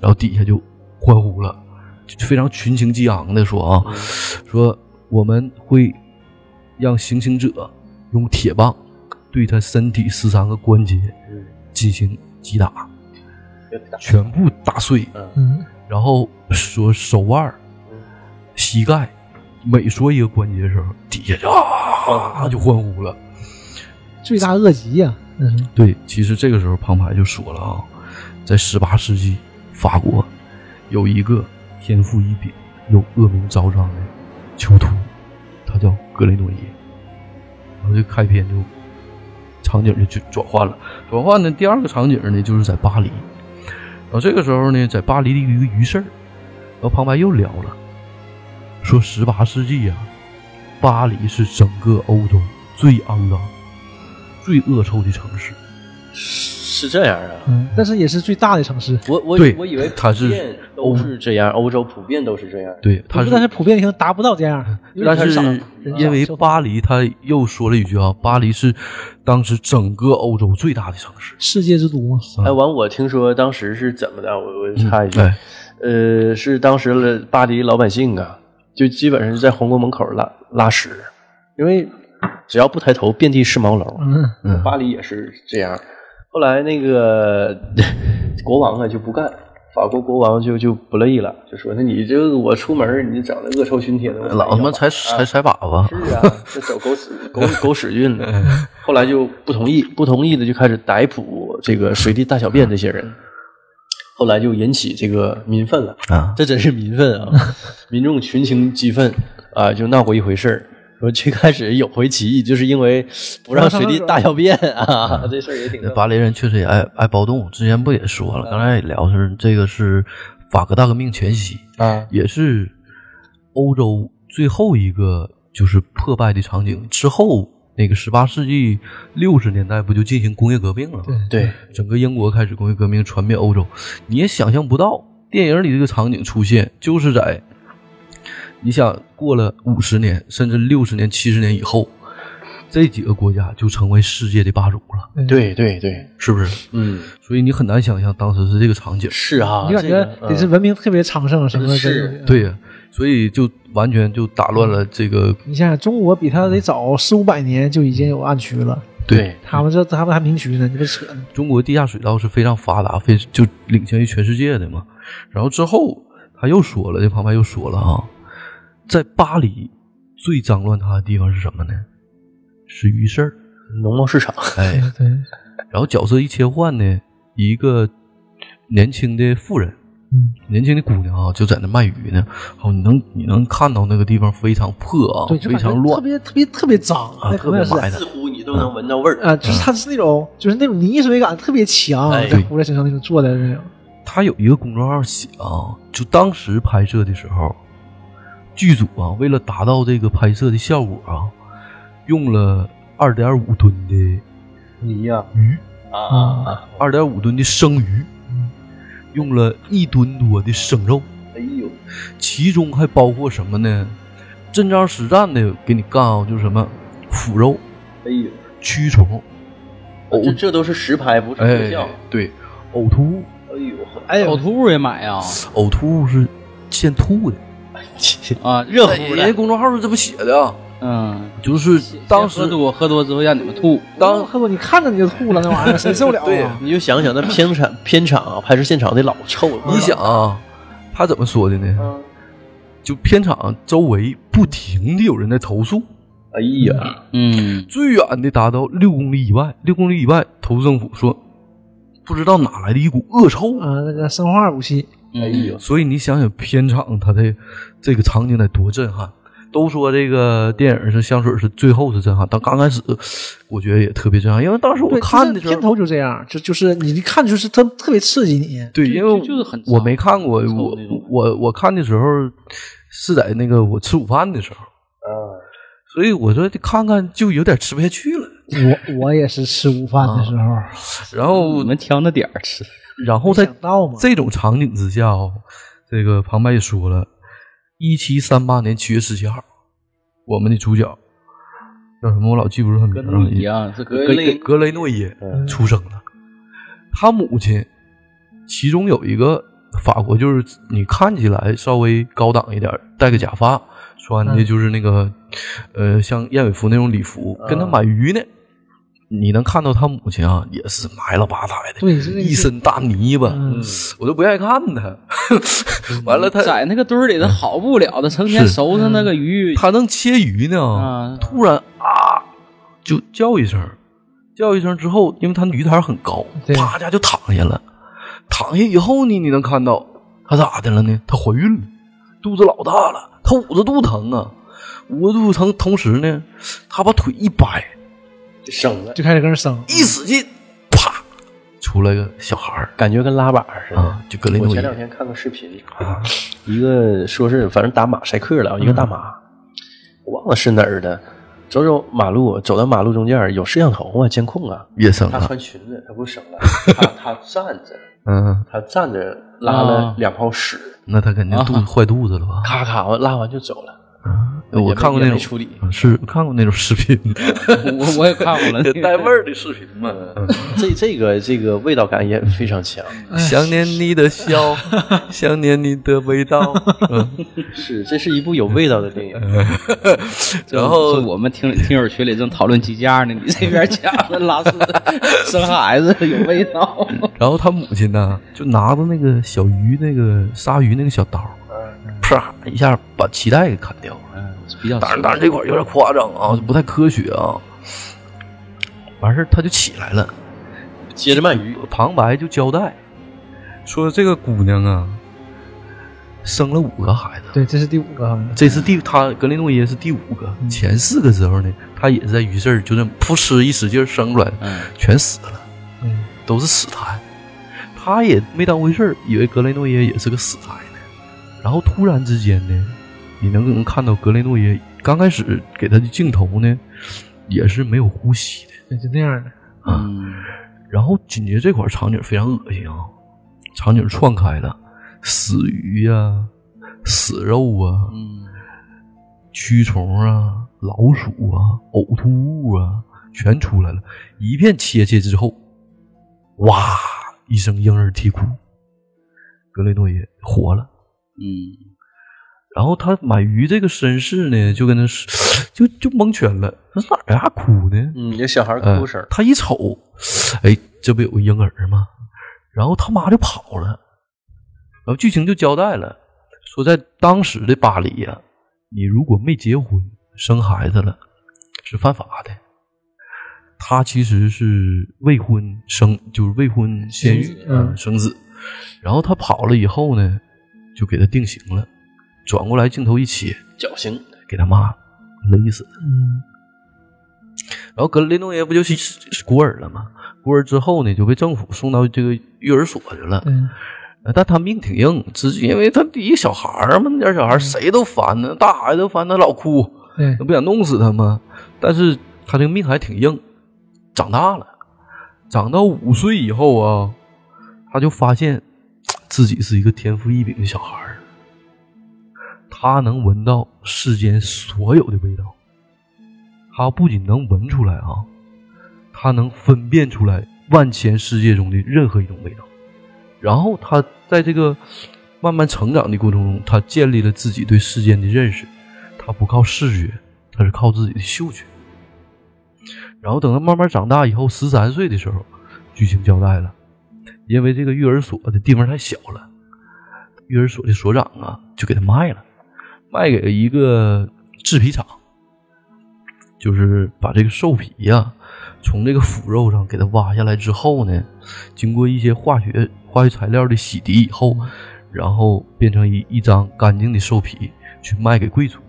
[SPEAKER 2] 然后底下就欢呼了，就非常群情激昂的说啊，说我们会让行刑者用铁棒对他身体十三个关节
[SPEAKER 1] 嗯
[SPEAKER 2] 进行击打，全部打碎，
[SPEAKER 4] 嗯，
[SPEAKER 2] 然后说手腕儿、膝盖，每说一个关节的时候，底下就啊就欢呼了。
[SPEAKER 4] 罪大恶极呀，嗯那是
[SPEAKER 2] 对，其实这个时候旁白就说了啊，在十八世纪法国，有一个天赋异禀又恶名昭彰的囚徒，他叫格雷诺耶。然后这开篇就场景就就转换了，转换的第二个场景呢就是在巴黎。然后这个时候呢，在巴黎的一个鱼市儿，然后旁白又聊了，说十八世纪呀、巴黎是整个欧洲最肮脏、最恶臭的城市。
[SPEAKER 1] 是这样啊。
[SPEAKER 4] 嗯，但是也是最大的城市，
[SPEAKER 1] 我我
[SPEAKER 2] 对
[SPEAKER 1] 我以为
[SPEAKER 2] 它是
[SPEAKER 1] 普遍都是这样，欧洲普遍都是这样。
[SPEAKER 2] 对，他
[SPEAKER 4] 不
[SPEAKER 2] 是，
[SPEAKER 4] 但是普遍可能达不到这样。因为
[SPEAKER 2] 但
[SPEAKER 4] 人少
[SPEAKER 2] 是
[SPEAKER 4] 人
[SPEAKER 2] 因
[SPEAKER 4] 少
[SPEAKER 2] 为
[SPEAKER 4] 消费
[SPEAKER 2] 巴黎，他又说了一句啊，巴黎是当时整个欧洲最大的城市。
[SPEAKER 4] 世界之都嘛，
[SPEAKER 1] 哎，完，我听说当时是怎么的？我我插一句，
[SPEAKER 2] 哎，
[SPEAKER 1] 呃，是当时的巴黎老百姓啊，就基本上是在皇宫门口拉拉屎，因为只要不抬头，遍地是毛楼。
[SPEAKER 4] 嗯，
[SPEAKER 2] 嗯
[SPEAKER 1] 巴黎也是这样。后来那个国王啊就不干，法国国王就就不乐意了，就说：“那你这个我出门，你整的恶臭熏天的，我
[SPEAKER 2] 嗯老他妈
[SPEAKER 4] 啊
[SPEAKER 1] 才
[SPEAKER 2] 踩踩踩粑粑，
[SPEAKER 1] 是啊，这走狗 (laughs) 屎狗狗屎运了。”后来就不同意，不同意的就开始逮捕这个随地大小便这些人。后来就引起这个民愤了
[SPEAKER 2] 啊
[SPEAKER 1] 这真是民愤啊！ (laughs) 民众群情激愤啊，就闹过一回事儿。说最开始有回起义，就是因为不让随地大小便啊，这事儿也挺
[SPEAKER 2] 嗯巴黎人确实也爱爱暴动，之前不也说
[SPEAKER 4] 嗯
[SPEAKER 2] 了，刚才也聊是这个是法国大革命前夕，
[SPEAKER 1] 啊，
[SPEAKER 2] 也是欧洲最后一个就是破败的场景。之后那个十八世纪六十年代不就进行工业革命了吗？
[SPEAKER 4] 对
[SPEAKER 1] 对，
[SPEAKER 2] 整个英国开始工业革命，传遍欧洲。你也想象不到，电影里这个场景出现，就是在你想过了五十年，甚至六十年、七十年以后，这几个国家就成为世界的霸主了，
[SPEAKER 1] 对对对，
[SPEAKER 2] 是不是？
[SPEAKER 1] 嗯，
[SPEAKER 2] 所以你很难想象当时是这个场景。呃
[SPEAKER 1] 是啊，
[SPEAKER 4] 你感觉
[SPEAKER 1] 这个
[SPEAKER 4] 也是文明特别昌盛什么的，
[SPEAKER 1] 是
[SPEAKER 4] 这种
[SPEAKER 2] 对呀，所以就完全就打乱了这个
[SPEAKER 4] 你想想，中国比他得早四五百年就已经有暗渠了，
[SPEAKER 2] 嗯
[SPEAKER 3] 对，
[SPEAKER 4] 他们这他们还明渠呢，你不扯呢？
[SPEAKER 2] 中国地下水道是非常发达，非就领先于全世界的嘛。然后之后他又说了，这旁白又说了啊，在巴黎最脏乱差的地方是什么呢？是鱼市儿。
[SPEAKER 1] 农贸市场，
[SPEAKER 2] 哎，
[SPEAKER 4] 对，
[SPEAKER 2] 然后角色一切换呢，一个年轻的妇人，
[SPEAKER 4] 嗯，
[SPEAKER 2] 年轻的姑娘啊，就在那卖鱼呢。哦，你能你能看到那个地方非常破啊，
[SPEAKER 4] 对，就
[SPEAKER 2] 非
[SPEAKER 4] 感觉
[SPEAKER 2] 常
[SPEAKER 4] 特
[SPEAKER 2] 乱，
[SPEAKER 4] 别特别特别脏，
[SPEAKER 2] 啊
[SPEAKER 4] 那
[SPEAKER 2] 特
[SPEAKER 4] 可
[SPEAKER 2] 别嗯
[SPEAKER 4] 能也是
[SPEAKER 2] 埋汰
[SPEAKER 1] 似乎你都能闻到味儿。
[SPEAKER 4] 啊，就是他是那种就是那种泥水感特别强，
[SPEAKER 1] 哎
[SPEAKER 4] 在胡子身上那种做的那种，
[SPEAKER 2] 他有一个公众号写啊，就当时拍摄的时候，剧组啊为了达到这个拍摄的效果啊，用了二点五吨的
[SPEAKER 1] 你呀，
[SPEAKER 4] 鱼
[SPEAKER 1] (laughs) 啊，
[SPEAKER 4] 啊，
[SPEAKER 2] 二点五吨的生鱼，用了一吨多的生肉，
[SPEAKER 1] 哎呦，
[SPEAKER 2] 其中还包括什么呢？真章实战的给你干啊，就是什么腐肉、
[SPEAKER 1] 哎呦，
[SPEAKER 2] 蛆虫、
[SPEAKER 1] 这这都是实拍，不是特
[SPEAKER 2] 哎
[SPEAKER 1] 效。，
[SPEAKER 2] 对，呕吐物，
[SPEAKER 1] 哎呦，
[SPEAKER 4] 哎
[SPEAKER 3] 呕
[SPEAKER 4] 呦，
[SPEAKER 3] 吐物也买啊呀
[SPEAKER 2] 呕吐物是现吐的，
[SPEAKER 3] 啊，热乎
[SPEAKER 2] 人家
[SPEAKER 4] 哎
[SPEAKER 3] 的，
[SPEAKER 2] 公众号是这么写的啊，
[SPEAKER 3] 嗯，
[SPEAKER 2] 就是当时
[SPEAKER 3] 先喝多喝多之后让你们吐，
[SPEAKER 4] 当喝多你看着你就吐了，
[SPEAKER 2] (laughs)
[SPEAKER 4] 那玩意儿谁受了啊？
[SPEAKER 1] 你就想想那片场 (clears throat) 片场啊，拍摄现场得老臭了。
[SPEAKER 2] 你想啊，他怎么说的呢？
[SPEAKER 1] 嗯，
[SPEAKER 2] 就片场周围不停的有人在投诉，
[SPEAKER 1] 哎呀，
[SPEAKER 3] 嗯，
[SPEAKER 2] 最远的达到六公里以外，六公里以外投诉政府说，不知道哪来的一股恶臭。
[SPEAKER 4] 啊，那个生化武器，
[SPEAKER 1] 哎呦，
[SPEAKER 2] 所以你想想片场它的这个场景得多震撼。都说这个电影是香水是最后是震撼，但刚开始我觉得也特别震撼，因为当时我
[SPEAKER 4] 对，
[SPEAKER 2] 看的
[SPEAKER 4] 就是
[SPEAKER 2] 时
[SPEAKER 4] 片
[SPEAKER 2] 候，
[SPEAKER 4] 头就这样，就就是你一看就是特特别刺激你，
[SPEAKER 2] 对，
[SPEAKER 3] 就
[SPEAKER 2] 因为
[SPEAKER 3] 就就是很
[SPEAKER 2] 我没看过，
[SPEAKER 3] 臭
[SPEAKER 2] 我
[SPEAKER 3] 那种
[SPEAKER 2] 我我看的时候是在那个我吃午饭的时候。所以我说这看看就有点吃不下去了。
[SPEAKER 4] 我我也是吃午饭的时候，
[SPEAKER 2] 然后
[SPEAKER 3] 你，们挑那点儿吃，
[SPEAKER 2] 然后
[SPEAKER 4] 没
[SPEAKER 2] 在
[SPEAKER 4] 想到嘛，
[SPEAKER 2] 这种场景之下哦，这个旁白也说了，一七三八年七月十七号，我们的主角叫什么？我老记不住他名
[SPEAKER 3] 跟
[SPEAKER 2] 了。
[SPEAKER 3] 你一样是
[SPEAKER 2] 格
[SPEAKER 3] 格类
[SPEAKER 2] 格雷诺耶
[SPEAKER 1] 嗯
[SPEAKER 2] 出生了，他母亲其中有一个法国，就是你看起来稍微高档一点儿，戴个假发，穿的
[SPEAKER 4] 嗯
[SPEAKER 2] 就是那个、呃像燕尾服那种礼服，跟他买鱼呢。你能看到他母亲啊，也是埋了吧唧的，
[SPEAKER 4] 对，这个
[SPEAKER 2] 一身大泥巴，
[SPEAKER 4] 嗯
[SPEAKER 2] 我都不愿意看他。(laughs)
[SPEAKER 3] 嗯
[SPEAKER 2] 完了他，
[SPEAKER 3] 在那个堆儿里头好不了的，成天
[SPEAKER 2] 是嗯
[SPEAKER 3] 收拾那个鱼，
[SPEAKER 2] 他正切鱼呢，
[SPEAKER 3] 啊
[SPEAKER 2] 突然啊，就叫一声，叫一声之后，因为他鱼台很高，
[SPEAKER 4] 对
[SPEAKER 2] 啪一下就躺下了。躺下以后呢，你能看到她咋的了呢？她怀孕了，肚子老大了，她捂着肚子疼啊，捂着肚子疼，同时呢，她把腿一掰，
[SPEAKER 1] 省了，
[SPEAKER 4] 就开始跟人生，
[SPEAKER 2] 一使劲，啪，出来个小孩儿
[SPEAKER 1] 感觉跟拉粑似的。
[SPEAKER 2] 啊，就格雷
[SPEAKER 1] 我
[SPEAKER 2] 诺
[SPEAKER 1] 前两
[SPEAKER 2] 伊，啊
[SPEAKER 1] 天看个视频，一个说是反正打马赛克了，一
[SPEAKER 2] 嗯
[SPEAKER 1] 个大妈，我忘了是哪儿的，走走马路，走到马路中间有摄像头啊，监控啊。
[SPEAKER 2] 也生
[SPEAKER 1] 她
[SPEAKER 2] 了，
[SPEAKER 1] 穿裙子，她不是省了，她她站着，
[SPEAKER 2] 嗯，
[SPEAKER 1] 她站着拉
[SPEAKER 2] 啊
[SPEAKER 1] 了两泡屎，
[SPEAKER 2] 那他肯定
[SPEAKER 1] 啊
[SPEAKER 2] 肚子坏肚子了吧？
[SPEAKER 1] 咔咔完拉完就走了。
[SPEAKER 2] 我看过那
[SPEAKER 1] 也没
[SPEAKER 2] 种
[SPEAKER 1] 处理，
[SPEAKER 2] 啊是看过那种视频，
[SPEAKER 1] (laughs)
[SPEAKER 3] 我我也看过了，那
[SPEAKER 2] (laughs)
[SPEAKER 3] 个
[SPEAKER 2] 带
[SPEAKER 3] (laughs)
[SPEAKER 2] 味儿的视频 (laughs) 嘛。
[SPEAKER 1] 这这个这个味道感也非常强，
[SPEAKER 2] 想念你的笑，想念你的味 (laughs) 道。嗯
[SPEAKER 1] 是这是一部有味道的电影。
[SPEAKER 2] 然后
[SPEAKER 3] 是我们听听友群里正讨论鸡架呢，你这边 (laughs) 讲的拉丝生孩子有味道，
[SPEAKER 2] 然后他母亲呢，就拿着那个小鱼，那个鲨鱼那个小刀，啪一下把脐带给砍掉了。
[SPEAKER 3] 比较
[SPEAKER 2] 嗯当然，当然这块儿有点夸张啊，不太科学啊。完事儿他就起来了，
[SPEAKER 1] 接着鳗鱼，
[SPEAKER 2] 旁白就交代说这个姑娘啊，生了五个孩子。
[SPEAKER 4] 对，这是第五个，好像
[SPEAKER 2] 这是第他格林诺耶是第五个，前四个时候呢，他也是在鱼市儿就这么噗嗤一使劲儿生出来的，
[SPEAKER 3] 嗯
[SPEAKER 2] 全死了，
[SPEAKER 4] 嗯
[SPEAKER 2] 都是死胎。他也没当回事儿，以为格雷诺耶也是个死胎呢。然后突然之间呢，你能能看到格雷诺耶刚开始给他的镜头呢，也是没有呼吸的。
[SPEAKER 4] 对，就那样的，
[SPEAKER 3] 嗯，
[SPEAKER 2] 然后紧接着这块儿场景非常恶心啊，场景串开了，死鱼呀、死肉啊，
[SPEAKER 3] 嗯
[SPEAKER 2] 蛆虫啊、老鼠啊、呕吐物啊，全出来了。一片切切之后，哇一声婴儿啼哭，格雷诺也活了。
[SPEAKER 3] 嗯，
[SPEAKER 2] 然后他买鱼这个绅士呢，就跟他说， (sniffs) 就就蒙圈了，他哪儿呀哭呢？
[SPEAKER 1] 嗯，这小孩
[SPEAKER 2] 呃
[SPEAKER 1] 哭声，
[SPEAKER 2] 他一瞅，哎，这不有个婴儿吗？然后他妈就跑了，然后剧情就交代了，说在当时的巴黎呀、你如果没结婚生孩子了，是犯法的。他其实是未婚生，就是未婚先育
[SPEAKER 4] 嗯
[SPEAKER 2] 呃生子，然后他跑了以后呢，就给他定型了，转过来镜头一切，
[SPEAKER 1] 侥幸。
[SPEAKER 2] 给他妈勒死。
[SPEAKER 4] 嗯
[SPEAKER 2] 然后格雷诺耶不就是是孤儿了吗？孤儿之后呢，就被政府送到这个育儿所去了。
[SPEAKER 4] 对，
[SPEAKER 2] 呃但他命挺硬，只因为他第一小孩儿嘛，那点小孩儿谁都烦他，大孩子都烦他，老哭，
[SPEAKER 4] 对
[SPEAKER 2] 那，不想弄死他吗？但是他这个命还挺硬，长大了，长到五岁以后啊，他就发现自己是一个天赋异禀的小孩儿，他能闻到世间所有的味道，他不仅能闻出来啊，他能分辨出来万千世界中的任何一种味道。然后他在这个慢慢成长的过程中，他建立了自己对世间的认识。他不靠视觉，他是靠自己的嗅觉。然后等他慢慢长大以后，十三岁的时候，剧情交代了，因为这个育儿所的地方太小了，育儿所的所长啊就给他卖了，卖给了一个制皮厂，就是把这个兽皮呀、从这个腐肉上给它挖下来之后呢，经过一些化学化学材料的洗涤以后，然后变成一一张干净的兽皮去卖给贵族。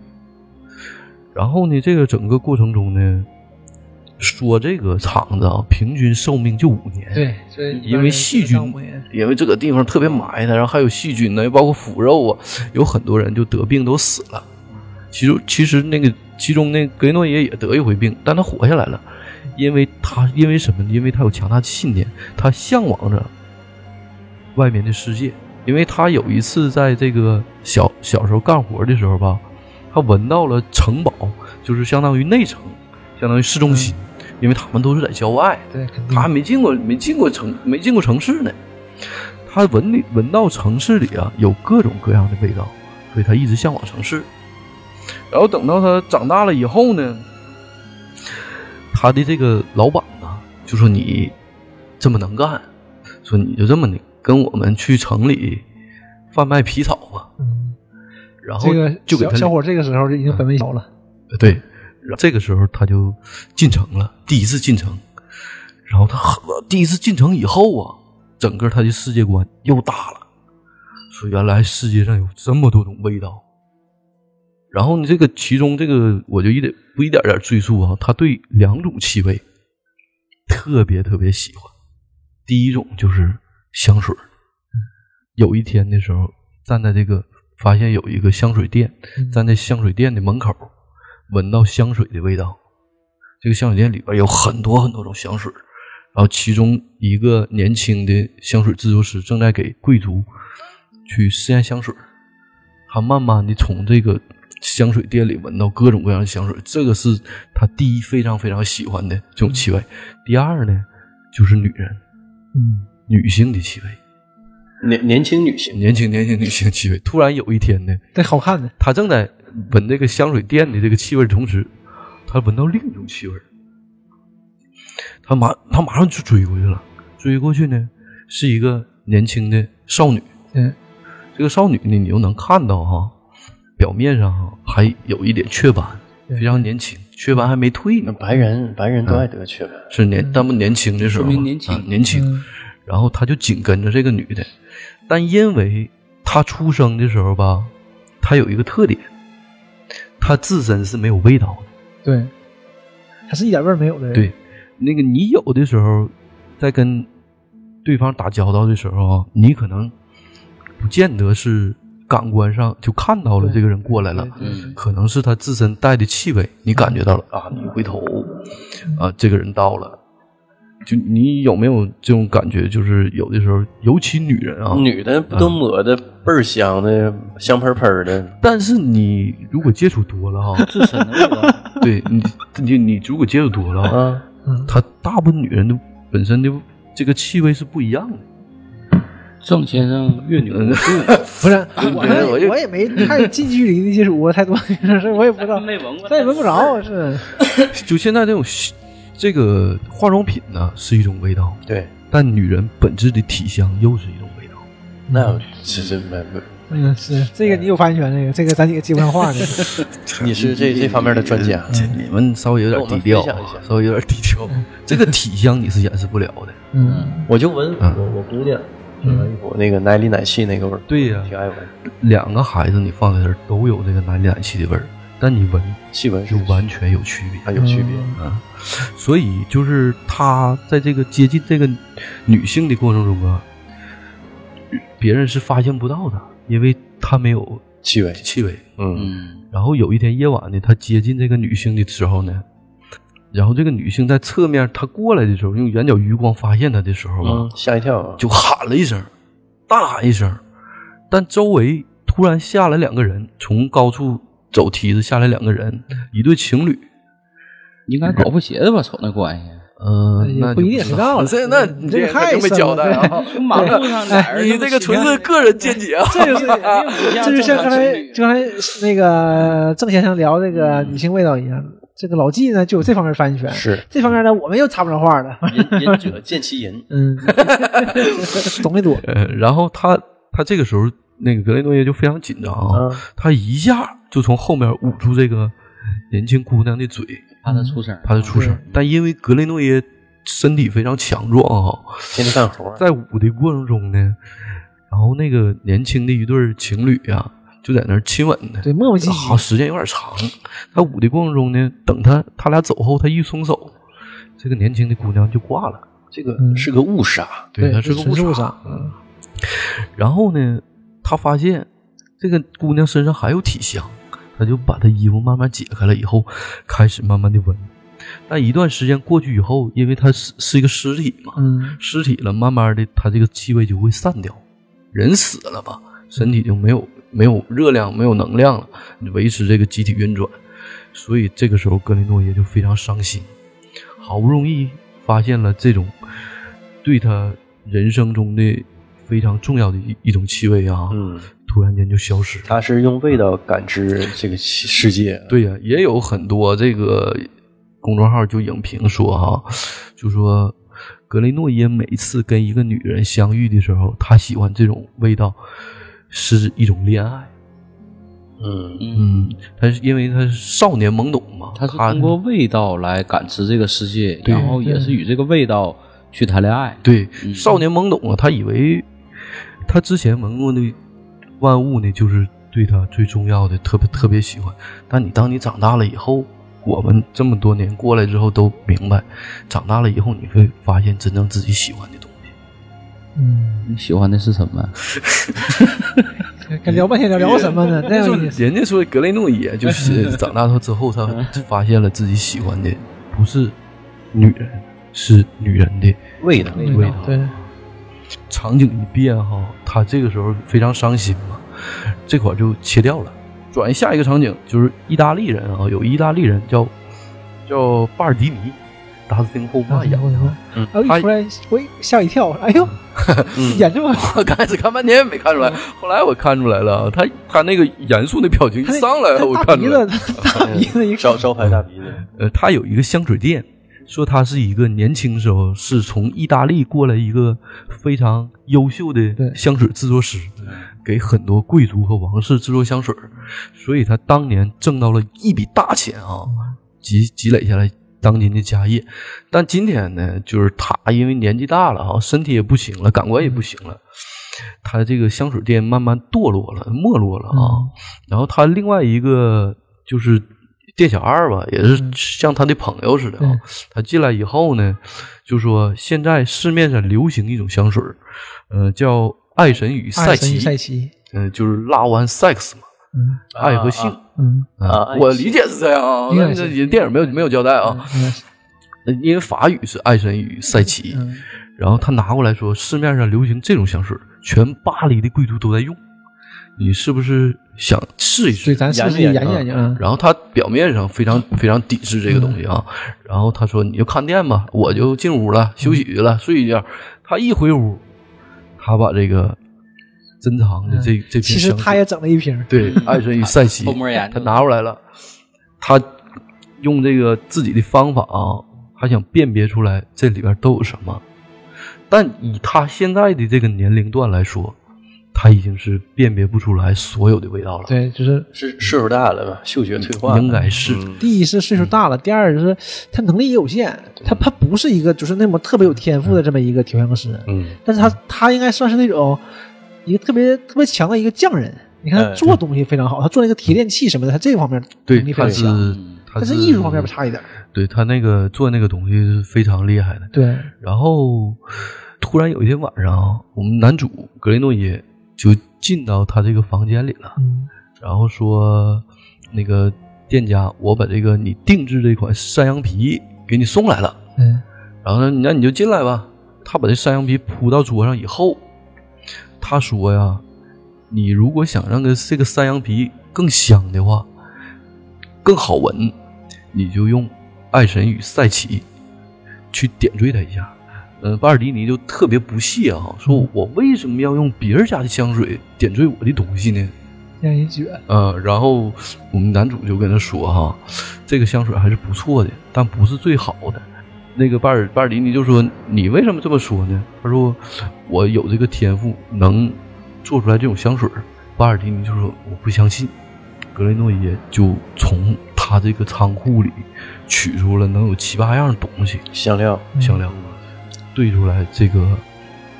[SPEAKER 2] 然后呢，这个整个过程中呢，说这个厂子啊，平均寿命就五年。
[SPEAKER 4] 对，这
[SPEAKER 2] 因为细菌因为这个地方特别埋汰，然后还有细菌呢，包括腐肉啊，有很多人就得病都死了。其中其实那个其中那格雷诺耶也得一回病，但他活下来了，因为他因为什么呢？因为他有强大的信念，他向往着外面的世界。因为他有一次在这个小小时候干活的时候吧，他闻到了城堡，就是相当于内城，相当于市中心，因为他们都是在郊外。
[SPEAKER 4] 对，肯定
[SPEAKER 2] 他还没进过，没进过城，没进过城市呢。他闻里闻到城市里啊有各种各样的味道，所以他一直向往城市。然后等到他长大了以后呢，他的这个老板啊就说你这么能干，说你就这么的跟我们去城里贩卖皮草吧。
[SPEAKER 4] 嗯
[SPEAKER 2] 然后
[SPEAKER 4] 这个
[SPEAKER 2] 就给
[SPEAKER 4] 小
[SPEAKER 2] 他
[SPEAKER 4] 小伙这个时候就已经很微小了，
[SPEAKER 2] 对，然后这个时候他就进城了，第一次进城，然后他喝第一次进城以后啊，整个他的世界观又大了，说原来世界上有这么多种味道。然后呢，这个其中这个我就一点不一点点赘述啊，他对两种气味特别特别喜欢，第一种就是香水儿有一天的时候，站在这个发现有一个香水店，站在香水店的门口，闻到香水的味道。这个香水店里边有很多很多种香水，然后其中一个年轻的香水制作师正在给贵族去试验香水，他慢慢的从这个香水店里闻到各种各样的香水，这个是他第一非常非常喜欢的这种气味。第二呢，就是女人
[SPEAKER 4] 嗯，
[SPEAKER 2] 女性的气味，
[SPEAKER 1] 年年轻女性，
[SPEAKER 2] 年轻年轻女性气味。突然有一天呢，
[SPEAKER 4] 对，好看的，
[SPEAKER 2] 他正在闻这个香水店的这个气味的同时，他闻到另一种气味儿，他马他马上就追过去了，追过去呢是一个年轻的少女，
[SPEAKER 4] 嗯，
[SPEAKER 2] 这个少女呢你又能看到哈、表面上哈、还有一点雀斑，
[SPEAKER 4] 对
[SPEAKER 2] 非常年轻，雀斑还没退呢，
[SPEAKER 1] 白人白人都爱得雀斑，
[SPEAKER 2] 是年但不年轻的时候嘛，
[SPEAKER 3] 嗯说明年轻
[SPEAKER 2] 啊年轻，
[SPEAKER 4] 嗯
[SPEAKER 2] 然后他就紧跟着这个女的，但因为他出生的时候吧，他有一个特点，他自身是没有味道的。
[SPEAKER 4] 对，他是一点味儿没有的人，
[SPEAKER 2] 对，那个你有的时候在跟对方打交道的时候啊，你可能不见得是感官上就看到了这个人过来了，
[SPEAKER 4] 对，嗯
[SPEAKER 3] 嗯，
[SPEAKER 2] 可能是他自身带的气味，你感觉到了啊，你回头啊，这个人到了。就你有没有这种感觉？就是有的时候，尤其女人啊，
[SPEAKER 4] 嗯
[SPEAKER 1] 女的不都抹的倍儿香的，香喷喷的，
[SPEAKER 2] 但是你如果接触多了哈 (laughs)
[SPEAKER 3] 自身的味道，
[SPEAKER 2] 对你你你如果接触多了哈，
[SPEAKER 1] 啊，
[SPEAKER 4] 嗯
[SPEAKER 2] 她大部分女人的本身的这个气味是不一样的，
[SPEAKER 3] 郑先生阅女无数，
[SPEAKER 4] 不是，
[SPEAKER 2] 我觉得
[SPEAKER 4] 我
[SPEAKER 2] 我就
[SPEAKER 4] 也哎我也没太近距离的接触过太多女生，所以我也不知 (laughs) 道，
[SPEAKER 3] 没闻过，
[SPEAKER 4] 咱也闻不着，啊是
[SPEAKER 2] 就现在这种西这个化妆品呢是一种味道，
[SPEAKER 1] 对，
[SPEAKER 2] 但女人本质的体香又是一种味道。
[SPEAKER 1] 那其实没没，
[SPEAKER 4] 嗯是这个你有发言权，这个这个咱几个接不上话 (laughs) 呢。
[SPEAKER 1] 你是这这方面的专家，
[SPEAKER 2] 这你们稍微有点低调
[SPEAKER 1] 跟我们分享一
[SPEAKER 2] 啊，
[SPEAKER 1] 下
[SPEAKER 2] 稍微有点低调。 (laughs) 这个体香你是掩饰不了的。
[SPEAKER 4] 嗯
[SPEAKER 1] 我就闻
[SPEAKER 2] 嗯
[SPEAKER 1] 我我姑娘就闻一嗯股那个奶里奶气那个味儿，
[SPEAKER 2] 对呀
[SPEAKER 1] 挺爱闻，
[SPEAKER 2] 两个孩子你放在这儿都有这个奶里奶气的味儿，但你闻
[SPEAKER 1] 细闻是
[SPEAKER 2] 就完全有区别
[SPEAKER 1] 它。有区别。
[SPEAKER 2] 啊，所以就是他在这个接近这个女性的过程中啊，别人是发现不到的，因为他没有
[SPEAKER 1] 气味，
[SPEAKER 2] 气味。
[SPEAKER 1] 嗯，
[SPEAKER 3] 嗯，
[SPEAKER 2] 然后有一天夜晚呢，他接近这个女性的时候呢，然后这个女性在侧面他过来的时候，用眼角余光发现他的时候啊，
[SPEAKER 1] 吓一跳啊！
[SPEAKER 2] 就喊了一声，大喊一声，但周围突然下来两个人，从高处走梯子下来两个人，一对情侣。
[SPEAKER 3] 应该搞不协的吧？瞅那关系，
[SPEAKER 2] 嗯，
[SPEAKER 4] 也
[SPEAKER 2] 那
[SPEAKER 4] 哎不
[SPEAKER 2] 就
[SPEAKER 4] 一定
[SPEAKER 2] 知
[SPEAKER 4] 知
[SPEAKER 2] 道
[SPEAKER 4] 道了
[SPEAKER 2] (laughs) 这那
[SPEAKER 4] 你
[SPEAKER 2] 你
[SPEAKER 4] 这
[SPEAKER 2] 这
[SPEAKER 4] 个太
[SPEAKER 2] 没
[SPEAKER 4] 深
[SPEAKER 2] 交
[SPEAKER 4] 了
[SPEAKER 2] 代啊！
[SPEAKER 3] 马路上俩
[SPEAKER 4] 哎
[SPEAKER 3] 人
[SPEAKER 2] 你这个纯是个人见
[SPEAKER 4] (laughs)
[SPEAKER 2] 解啊！(laughs)
[SPEAKER 4] 这就是，这就像刚才刚才那个郑先生聊这个女性味道一样，这个老纪呢就有这方面发言权，
[SPEAKER 1] 是
[SPEAKER 4] 这方面呢我们又插不上话了。
[SPEAKER 1] 嗯 (laughs) 隐隐者见其隐，
[SPEAKER 4] 嗯， (laughs) 懂得多，
[SPEAKER 2] 呃，然后他他这个时候，那个格雷诺耶就非常紧张啊，
[SPEAKER 4] 嗯
[SPEAKER 1] 啊
[SPEAKER 2] 他一下就从后面捂住这个年轻姑娘的嘴，
[SPEAKER 3] 怕他出声，
[SPEAKER 2] 怕她出声
[SPEAKER 4] 对。
[SPEAKER 2] 但因为格雷诺耶身体非常强壮啊，
[SPEAKER 1] (laughs) 天天干活儿，
[SPEAKER 2] 在捂的过程中呢，然后那个年轻的一对儿情侣啊，就在那儿亲吻呢。
[SPEAKER 4] 对，磨磨唧
[SPEAKER 2] 好，
[SPEAKER 4] 唧，
[SPEAKER 2] 时间有点长。他捂的过程中呢，等他他俩走后，他一松手，这个年轻的姑娘就挂了。
[SPEAKER 1] 这个
[SPEAKER 4] 嗯
[SPEAKER 1] 是个误杀，
[SPEAKER 4] 对，
[SPEAKER 2] 他是个
[SPEAKER 4] 纯
[SPEAKER 2] 误
[SPEAKER 4] 是误
[SPEAKER 2] 杀。
[SPEAKER 4] 杀，嗯
[SPEAKER 2] 然后呢，他发现这个姑娘身上还有体香，他就把她衣服慢慢解开了以后，开始慢慢的闻。但一段时间过去以后，因为他是是一个尸体嘛，
[SPEAKER 4] 嗯
[SPEAKER 2] 尸体了，慢慢的，它这个气味就会散掉。人死了吧，身体就没有没有热量，没有能量了，维持这个集体运转。所以这个时候，格林诺耶就非常伤心。好不容易发现了这种对他人生中的非常重要的一一种气味啊，
[SPEAKER 1] 嗯，
[SPEAKER 2] 突然间就消失了。
[SPEAKER 1] 他是用味道感知这个世世界，
[SPEAKER 2] 对呀、也有很多这个公众号就影评说哈、就说格雷诺耶每次跟一个女人相遇的时候，他喜欢这种味道，是一种恋爱。
[SPEAKER 1] 嗯，
[SPEAKER 3] 嗯，
[SPEAKER 2] 嗯，他是因为他是少年懵懂嘛，
[SPEAKER 3] 他是通过味道来感知这个世界，然后也是与这个味道去谈恋爱。
[SPEAKER 2] 对、
[SPEAKER 3] 嗯
[SPEAKER 2] 少年懵懂啊，他以为呃他之前闻过的万物呢，就是对他最重要的，特别特别喜欢。但你当你长大了以后，我们这么多年过来之后都明白，长大了以后你会发现真正自己喜欢的东西。
[SPEAKER 4] 嗯，
[SPEAKER 3] 你喜欢的是什么？
[SPEAKER 4] 该聊半天聊聊什么呢？那有意思，
[SPEAKER 2] 人家说格雷诺也就是长大之后，他发现了自己喜欢的不是女人，是女人的
[SPEAKER 1] 味道，
[SPEAKER 2] 味道
[SPEAKER 4] 对，
[SPEAKER 2] 场景一变哈，他这个时候非常伤心嘛，这块儿就切掉了，转移下一个场景，就是意大利人啊，有意大利人叫叫巴尔迪尼，达斯汀霍
[SPEAKER 4] 啊，
[SPEAKER 2] 曼演的啊。
[SPEAKER 4] 然后一出来，我一吓我一跳，哎呦， (laughs)
[SPEAKER 1] 嗯
[SPEAKER 4] 演这么
[SPEAKER 2] 我 (laughs) 刚开始看半天没看出来，后来我看出来了，他他那个严肃的表情一
[SPEAKER 4] 他那
[SPEAKER 2] 上来，哎我
[SPEAKER 4] 大
[SPEAKER 2] 看出
[SPEAKER 4] 鼻
[SPEAKER 2] 来
[SPEAKER 4] 子，，大鼻子一
[SPEAKER 1] 招招牌大鼻子，
[SPEAKER 2] 呃，他有一个香水店，说他是一个年轻时候是从意大利过来一个非常优秀
[SPEAKER 4] 对
[SPEAKER 2] 的香水制作师，给很多贵族和王室制作香水儿，所以他当年挣到了一笔大钱啊，积积累下来当今的家业。但今天呢，就是他因为年纪大了啊，身体也不行了，感官也不行了。他这个香水店慢慢堕落了，没落了啊。
[SPEAKER 4] 嗯
[SPEAKER 2] 然后他另外一个就是店小二
[SPEAKER 4] 嗯
[SPEAKER 2] 吧，也是像他的朋友似的啊。
[SPEAKER 4] 对
[SPEAKER 2] 他进来以后呢，就说现在市面上流行一种香水儿，呃，叫爱神与
[SPEAKER 4] 爱
[SPEAKER 2] 赛
[SPEAKER 4] 神
[SPEAKER 2] 琪
[SPEAKER 4] 与，赛奇，
[SPEAKER 2] 嗯、就是拉完 sex 嘛，
[SPEAKER 4] 嗯
[SPEAKER 2] 爱和性。
[SPEAKER 4] 嗯
[SPEAKER 1] 啊爱
[SPEAKER 2] 我理解是这样啊，
[SPEAKER 4] 应该
[SPEAKER 2] 那
[SPEAKER 4] 是
[SPEAKER 2] 这电影没有没有交代啊，
[SPEAKER 4] 嗯
[SPEAKER 2] 因为法语是爱神与赛琪，
[SPEAKER 4] 嗯，
[SPEAKER 2] 然后他拿过来说，市面上流行这种香水，全巴黎的贵族都在用，你是不是想试一
[SPEAKER 4] 对，
[SPEAKER 2] 试？
[SPEAKER 4] 咱是不是
[SPEAKER 1] 研
[SPEAKER 4] 研
[SPEAKER 1] 究研
[SPEAKER 4] 究
[SPEAKER 1] 究
[SPEAKER 4] 研究啊？
[SPEAKER 2] 然后他表面上非常非常抵制这个东西啊，然后他说你就看店吧，我就进屋了，休息去了，睡一觉。他一回屋，他把这个珍藏的这、这瓶
[SPEAKER 4] 其实
[SPEAKER 2] 香
[SPEAKER 4] 他
[SPEAKER 2] 水
[SPEAKER 4] 也整了一瓶儿，
[SPEAKER 2] 对
[SPEAKER 3] 嗯
[SPEAKER 2] 爱神与善息
[SPEAKER 3] 偷摸研究
[SPEAKER 2] 他拿出来了，他用这个自己的方法啊，他想辨别出来这里边都有什么。但以他现在的这个年龄段来说，他已经是辨别不出来所有的味道了。
[SPEAKER 4] 对，就是
[SPEAKER 1] 是岁数大了吧，嗅觉退化了，嗯
[SPEAKER 2] 应该是、
[SPEAKER 4] 第一是岁数大了，第二是他能力也有限，他他不是一个就是那么特别有天赋的这么一个调香师，
[SPEAKER 1] 嗯，
[SPEAKER 4] 但是他他应该算是那种一个特别特别强的一个匠人。你看他
[SPEAKER 1] 哎
[SPEAKER 4] 做东西非常好，他做那个提炼器什么的，他这方面
[SPEAKER 2] 对
[SPEAKER 4] 能力，非
[SPEAKER 2] 他
[SPEAKER 4] 常
[SPEAKER 2] 是
[SPEAKER 4] 强，嗯
[SPEAKER 2] 他
[SPEAKER 4] 但
[SPEAKER 2] 是
[SPEAKER 4] 是艺术方面不差一点儿。
[SPEAKER 2] 对他那个做那个东西是非常厉害的。
[SPEAKER 4] 对，
[SPEAKER 2] 然后突然有一天晚上啊，我们男主格雷诺耶就进到他这个房间里了，
[SPEAKER 4] 嗯，
[SPEAKER 2] 然后说那个店家，我把这个你定制这款山羊皮给你送来了，
[SPEAKER 4] 对，
[SPEAKER 2] 然后呢，那你就进来吧。他把这山羊皮铺到桌上以后，他说呀，你如果想让个这个山羊皮更香的话，更好闻，你就用爱神与赛奇去点缀它一下。嗯，巴尔迪尼就特别不屑啊，说我为什么要用别人家的香水点缀我的东西呢？
[SPEAKER 4] 让人觉
[SPEAKER 2] 呃，然后我们男主就跟他说哈，这个香水还是不错的，但不是最好的。那个巴尔巴尔迪尼就说：“你为什么这么说呢？”他说：“我有这个天赋，能做出来这种香水儿。”巴尔迪尼就说：“我不相信。”格雷诺耶就从他这个仓库里取出了能有七八样东西
[SPEAKER 1] 香料，
[SPEAKER 2] 香料，兑出来这个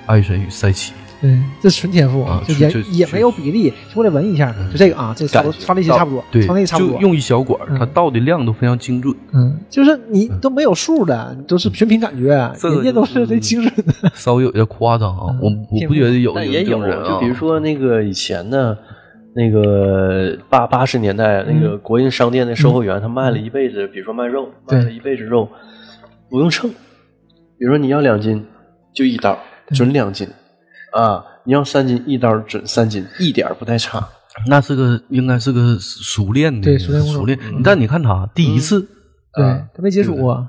[SPEAKER 2] 爱神与赛奇。
[SPEAKER 4] 对，嗯这纯天赋
[SPEAKER 2] 啊
[SPEAKER 4] 就是也
[SPEAKER 2] 是
[SPEAKER 4] 也
[SPEAKER 2] 是
[SPEAKER 4] 没有比例，就过来闻一下，
[SPEAKER 2] 嗯
[SPEAKER 4] 就这个啊，这差不多
[SPEAKER 1] 感觉
[SPEAKER 4] 发力期差不多，
[SPEAKER 2] 对
[SPEAKER 4] 发力，差不
[SPEAKER 2] 就
[SPEAKER 4] 多，
[SPEAKER 2] 用一小管儿，
[SPEAKER 4] 嗯
[SPEAKER 2] 他倒的量都非常精准。
[SPEAKER 4] 嗯，就是你都没有数的，你都是全凭感觉，
[SPEAKER 3] 嗯
[SPEAKER 2] 这个
[SPEAKER 4] 人家都是贼精准的，
[SPEAKER 2] (laughs) 稍微有点夸张啊
[SPEAKER 4] 嗯，
[SPEAKER 2] 我我不觉得有
[SPEAKER 1] 但也
[SPEAKER 2] 这
[SPEAKER 1] 有
[SPEAKER 2] 种人，啊，
[SPEAKER 1] 就比如说那个以前呢，那个八八十年代那个国营商店的售货员，他卖了一辈子，比如说卖肉，
[SPEAKER 4] 对
[SPEAKER 1] 卖了一辈子肉，不用称，比如说你要两斤，就一刀准两斤啊，你要三斤一刀准三斤，一点儿不带差。
[SPEAKER 2] 那是个应该是个熟练的，
[SPEAKER 4] 对熟
[SPEAKER 2] 熟
[SPEAKER 4] 练工种
[SPEAKER 2] 练。
[SPEAKER 1] 嗯
[SPEAKER 2] 但你看他第一次，
[SPEAKER 4] 对他没接触过。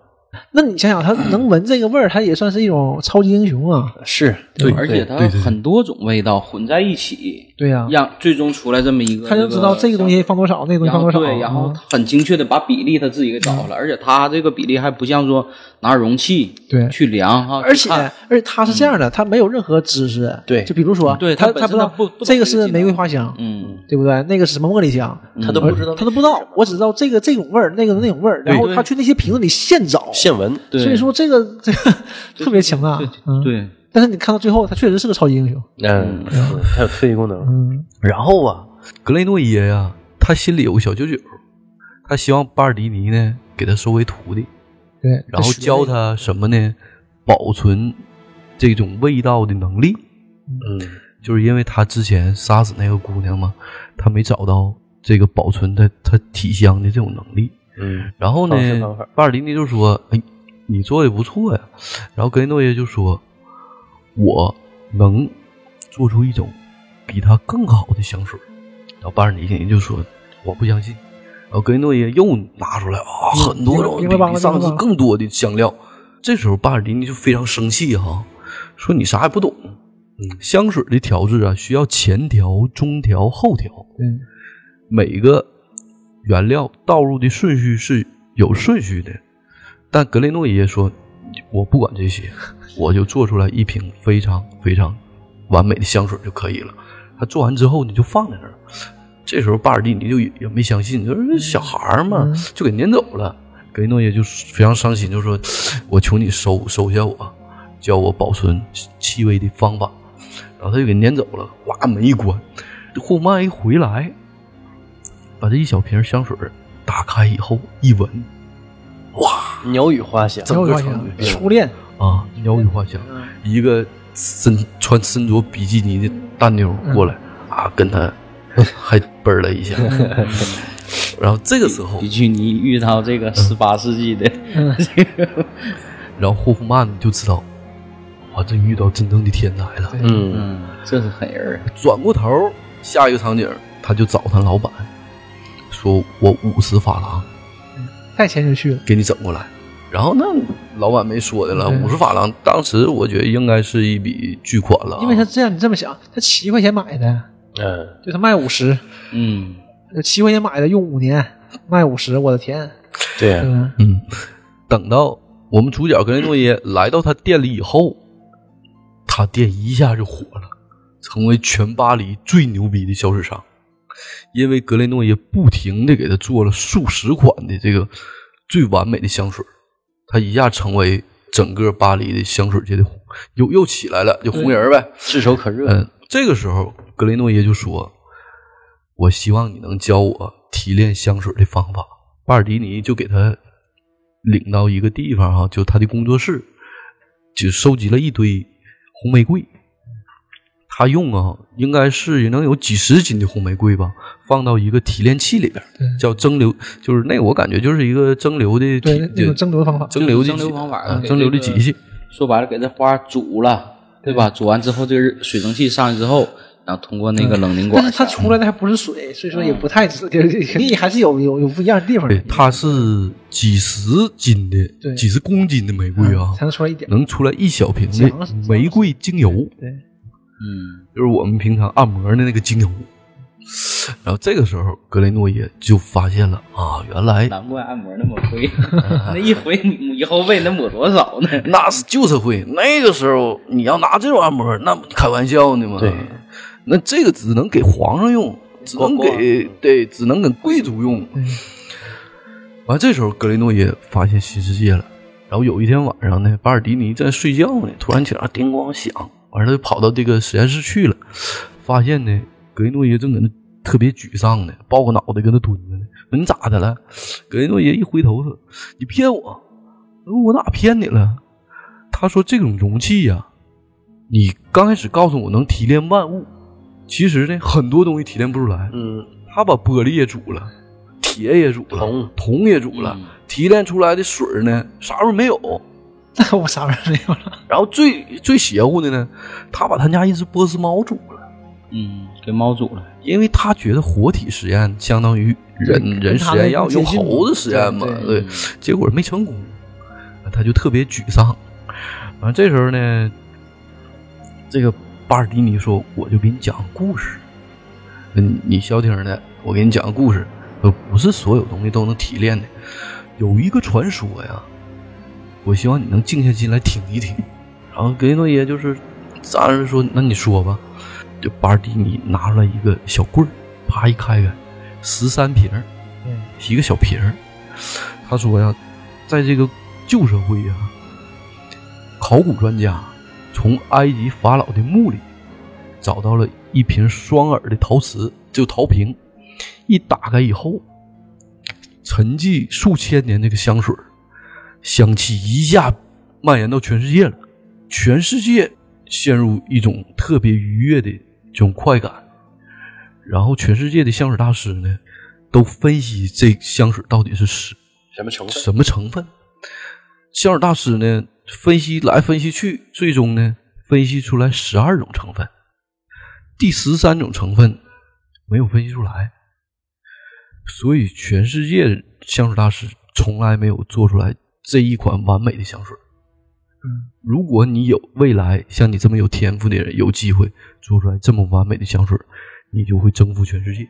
[SPEAKER 4] 那你想想，他能闻这个味儿，他也算是一种超级英雄啊！
[SPEAKER 1] 是，
[SPEAKER 2] 对，
[SPEAKER 3] 而且它
[SPEAKER 2] 对对对
[SPEAKER 3] 很多种味道混在一起，
[SPEAKER 4] 对呀，
[SPEAKER 3] 让最终出来这么一个，
[SPEAKER 4] 他就知道这个东西放多少，那个东西
[SPEAKER 3] 然
[SPEAKER 4] 放
[SPEAKER 3] 后
[SPEAKER 4] 多少。
[SPEAKER 3] 对，然后
[SPEAKER 4] 嗯
[SPEAKER 3] 很精确的把比例他自己给找出来，而且他这个比例还不像说拿容器
[SPEAKER 4] 对
[SPEAKER 3] 去量哈，
[SPEAKER 4] 而且
[SPEAKER 3] 去看
[SPEAKER 4] 而且他是这样的，他没有任何知识。
[SPEAKER 1] 对
[SPEAKER 4] 就比如说，
[SPEAKER 3] 对
[SPEAKER 4] 他
[SPEAKER 3] 他本
[SPEAKER 4] 他
[SPEAKER 3] 身
[SPEAKER 4] 不知道
[SPEAKER 3] 他不不懂
[SPEAKER 4] 这个
[SPEAKER 3] 这
[SPEAKER 4] 是
[SPEAKER 3] 个技能
[SPEAKER 4] 玫瑰花香，
[SPEAKER 3] 嗯，
[SPEAKER 4] 对不对？那个是什么茉莉香，
[SPEAKER 1] 他都不知道，
[SPEAKER 4] 他都不知道，我只知道这个这种味儿，那个那种味儿，然后他去那些瓶子里现找，
[SPEAKER 1] 现闻，
[SPEAKER 3] 对，
[SPEAKER 4] 所以说这个这个特别强大
[SPEAKER 3] 对，
[SPEAKER 4] 嗯，
[SPEAKER 3] 对，
[SPEAKER 4] 但是你看到最后，他确实是个超级英雄，
[SPEAKER 1] 嗯，还有特异功能，
[SPEAKER 4] 嗯，
[SPEAKER 2] 然后啊，格雷诺耶呀、他心里有个小九九，他希望巴尔迪尼呢给他收为徒弟，
[SPEAKER 4] 对，
[SPEAKER 2] 然后教他什么呢？保存这种味道的能力，
[SPEAKER 1] 嗯，
[SPEAKER 2] 就是因为他之前杀死那个姑娘嘛，他没找到这个保存他他体香的这种能力。
[SPEAKER 1] 嗯，
[SPEAKER 2] 然后
[SPEAKER 1] 方式
[SPEAKER 2] 呢
[SPEAKER 1] 方法，
[SPEAKER 2] 巴尔迪尼就说：“哎，你做的不错呀。”然后格雷诺耶就说：“我能做出一种比它更好的香水。”然后巴尔迪尼就说：“我不相信。”然后格雷诺耶又拿出来啊，很多种
[SPEAKER 4] 明
[SPEAKER 2] 比
[SPEAKER 4] 白吧
[SPEAKER 2] 比上次更多的香料。这时候巴尔迪尼就非常生气哈、说：“你啥也不懂。”香水的调制啊，需要前调、中调、后调。
[SPEAKER 4] 嗯，
[SPEAKER 2] 每个原料倒入的顺序是有顺序的，但格雷诺爷爷说：“我不管这些，我就做出来一瓶非常非常完美的香水就可以了。”他做完之后，你就放在那儿。这时候巴尔蒂尼就也也没相信，就是小孩儿嘛，
[SPEAKER 4] 嗯
[SPEAKER 2] 就给撵走了。格雷诺爷就非常伤心，就说：“我求你收收下我，教我保存气气味的方法。”然后他就给撵走了，哇，门一关，霍曼一回来，把这一小瓶香水打开以后一闻
[SPEAKER 1] 嗯鸟语花香，
[SPEAKER 4] 然
[SPEAKER 2] 整
[SPEAKER 4] 后
[SPEAKER 2] 个
[SPEAKER 4] 我发
[SPEAKER 2] 场
[SPEAKER 4] 现
[SPEAKER 2] 景
[SPEAKER 4] 初恋，
[SPEAKER 2] 啊，鸟语花香，一个身穿身着比基尼的大妞过来啊，跟他还啵儿了一下，然后这个时候
[SPEAKER 3] 比，基尼遇到这个十八世纪的，
[SPEAKER 2] 然后霍夫曼就知道，我这遇到真正的天才了。
[SPEAKER 1] 嗯，
[SPEAKER 3] 嗯，这是狠人儿，
[SPEAKER 2] 转过头，下一个场景他就找他老板，说我五十法郎
[SPEAKER 4] 带钱就去了，
[SPEAKER 2] 给你整过来，然后那老板没说的了，
[SPEAKER 4] 对
[SPEAKER 2] 五十法郎，当时我觉得应该是一笔巨款了啊，
[SPEAKER 4] 因为他这样，你这么想，他七块钱买的，
[SPEAKER 1] 嗯，
[SPEAKER 4] 对他卖五十，
[SPEAKER 3] 嗯，
[SPEAKER 4] 七块钱买的用五年，卖五十，我的天，
[SPEAKER 1] 对呀
[SPEAKER 4] 对吧？
[SPEAKER 2] 嗯，等到我们主角格雷诺耶来到他店里以后，他店一下就火了，成为全巴黎最牛逼的小市场。因为格雷诺耶不停的给他做了数十款的这个最完美的香水，他一下成为整个巴黎的香水界的红又又起来了，就红人儿呗。
[SPEAKER 1] 炙手可热，
[SPEAKER 2] 嗯，这个时候格雷诺耶就说：“我希望你能教我提炼香水的方法。”巴尔迪尼就给他领到一个地方啊哈、就他的工作室，就收集了一堆红玫瑰。他用啊，应该是也能有几十斤的红玫瑰吧，放到一个提炼器里边儿
[SPEAKER 4] 对，
[SPEAKER 2] 叫蒸馏，就是那个我感觉就是一个蒸馏的
[SPEAKER 4] 对
[SPEAKER 2] 体
[SPEAKER 4] 那，那种蒸馏的方法
[SPEAKER 2] 蒸馏的
[SPEAKER 3] 蒸
[SPEAKER 2] 机
[SPEAKER 3] 馏方法
[SPEAKER 2] 啊
[SPEAKER 3] 给
[SPEAKER 2] 蒸馏的
[SPEAKER 3] 这个
[SPEAKER 2] 机器，
[SPEAKER 3] 说白了给这花煮了，对吧？煮完之后，这个水蒸气上去之后，然后通过那个冷凝管
[SPEAKER 4] 但是，它出来的还不是水，所以说也不太知，肯定还是 (laughs) 有有有不一样的地方的
[SPEAKER 2] 对，，它是几十斤的，
[SPEAKER 4] 对
[SPEAKER 2] 几十公斤的玫瑰啊，
[SPEAKER 4] 才能出来一点。 (laughs)
[SPEAKER 2] 能出来一小瓶的玫瑰精油，
[SPEAKER 4] 对，
[SPEAKER 3] 嗯，
[SPEAKER 2] 就是我们平常按摩的那个精油。然后这个时候，格雷诺耶就发现了啊，原来
[SPEAKER 3] 难怪按摩那么
[SPEAKER 2] (laughs)
[SPEAKER 3] 贵，那一回你以后为能抹多少呢？
[SPEAKER 2] 那是旧社会，那个时候你要拿这种按摩，那不开玩笑呢吗？
[SPEAKER 1] 对，
[SPEAKER 2] 那这个只能给皇上用，只能给对，只能给贵族用。
[SPEAKER 4] 对
[SPEAKER 2] 完，这时候格雷诺耶发现新世界了。然后有一天晚上呢，巴尔迪尼正睡觉呢，突然起来叮咣响，完了他就跑到这个实验室去了，发现呢，格雷诺耶正搁那特别沮丧呢，抱个脑袋搁那蹲着呢。说你咋的了？格雷诺耶一回头说：“你骗我！”我说我哪骗你了？他说这种容器呀、你刚开始告诉我能提炼万物，其实呢，很多东西提炼不出来。
[SPEAKER 1] 嗯，
[SPEAKER 2] 他把玻璃也煮了，铁也煮了，
[SPEAKER 1] 铜
[SPEAKER 2] 也煮了，
[SPEAKER 3] 嗯
[SPEAKER 2] 提炼出来的水儿呢，啥味儿没有。
[SPEAKER 4] 那我啥玩意儿没有了？
[SPEAKER 2] 然后最最邪乎的呢，他把他家一只波斯猫煮了，
[SPEAKER 3] 嗯，给猫煮了，
[SPEAKER 2] 因为他觉得活体实验相当于人
[SPEAKER 4] 对
[SPEAKER 2] 人
[SPEAKER 4] 跟他
[SPEAKER 2] 实验
[SPEAKER 4] 们
[SPEAKER 2] 要
[SPEAKER 4] 接
[SPEAKER 2] 用
[SPEAKER 4] 近嘛
[SPEAKER 2] 猴子实验嘛，
[SPEAKER 4] 对
[SPEAKER 2] 对，结果没成功，他就特别沮丧。完这时候呢，这个巴尔迪尼说：“我就给你讲个故事，嗯，你消停的，我给你讲个故事。呃，不是所有东西都能提炼的，有一个传说呀，我希望你能静下心来听一听。”然后格雷诺耶就是站着说：“那你说吧。”就巴尔迪尼拿出来一个小棍儿，啪一开开，十三瓶儿
[SPEAKER 4] 嗯，
[SPEAKER 2] 一个小瓶儿。他说呀，在这个旧社会呀，考古专家从埃及法老的墓里找到了一瓶双耳的陶瓷，就陶瓶，一打开以后，沉寂数千年这个香水儿香气一下蔓延到全世界了，全世界陷入一种特别愉悦的这种快感。然后，全世界的香水大师呢，都分析这香水到底是什
[SPEAKER 1] 什么成分？
[SPEAKER 2] 什么成分。香水大师呢，分析来分析去，最终呢，分析出来十二种成分，第十三种成分没有分析出来，所以全世界香水大师从来没有做出来这一款完美的香水。
[SPEAKER 4] 嗯，
[SPEAKER 2] 如果你有未来像你这么有天赋的人，有机会做出来这么完美的香水，你就会征服全世界。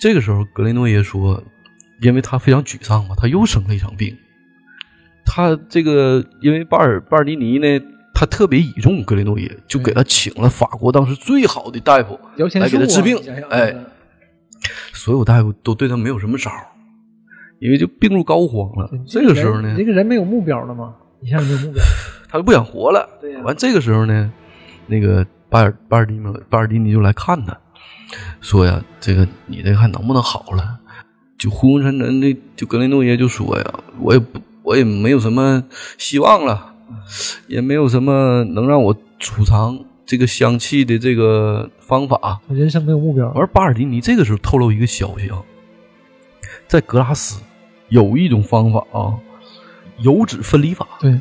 [SPEAKER 2] 这个时候，格雷诺耶说，因为他非常沮丧嘛，他又生了一场病。他这个因为巴尔巴尔迪尼呢，他特别倚重格雷诺耶，就给他请了法国当时最好的大夫
[SPEAKER 4] 摇钱
[SPEAKER 2] 来
[SPEAKER 4] 树
[SPEAKER 2] 给
[SPEAKER 4] 啊
[SPEAKER 2] 他治病
[SPEAKER 4] 你想想。
[SPEAKER 2] 哎，所有大夫都对他没有什么招儿，因为就病入膏肓了
[SPEAKER 4] 对。
[SPEAKER 2] 这个时候
[SPEAKER 4] 人
[SPEAKER 2] 呢
[SPEAKER 4] 你嗯这，个人没有目标了嘛，一下就没有目标。
[SPEAKER 2] 他就不想活了。
[SPEAKER 4] 对呀
[SPEAKER 2] 完这个时候呢，那个巴尔巴尔迪尼巴尔迪尼就来看他，说呀，这个你这个还能不能好了？就昏昏沉沉的，就格雷诺耶就说呀，我也不，我也没有什么希望了，也没有什么能让我储藏这个香气的这个方法。
[SPEAKER 4] 我人生没有
[SPEAKER 2] (laughs)
[SPEAKER 4] 目标，
[SPEAKER 2] 而巴尔迪尼这个时候透露一个消息啊，在格拉斯有一种方法啊，油脂分离法。
[SPEAKER 4] 对，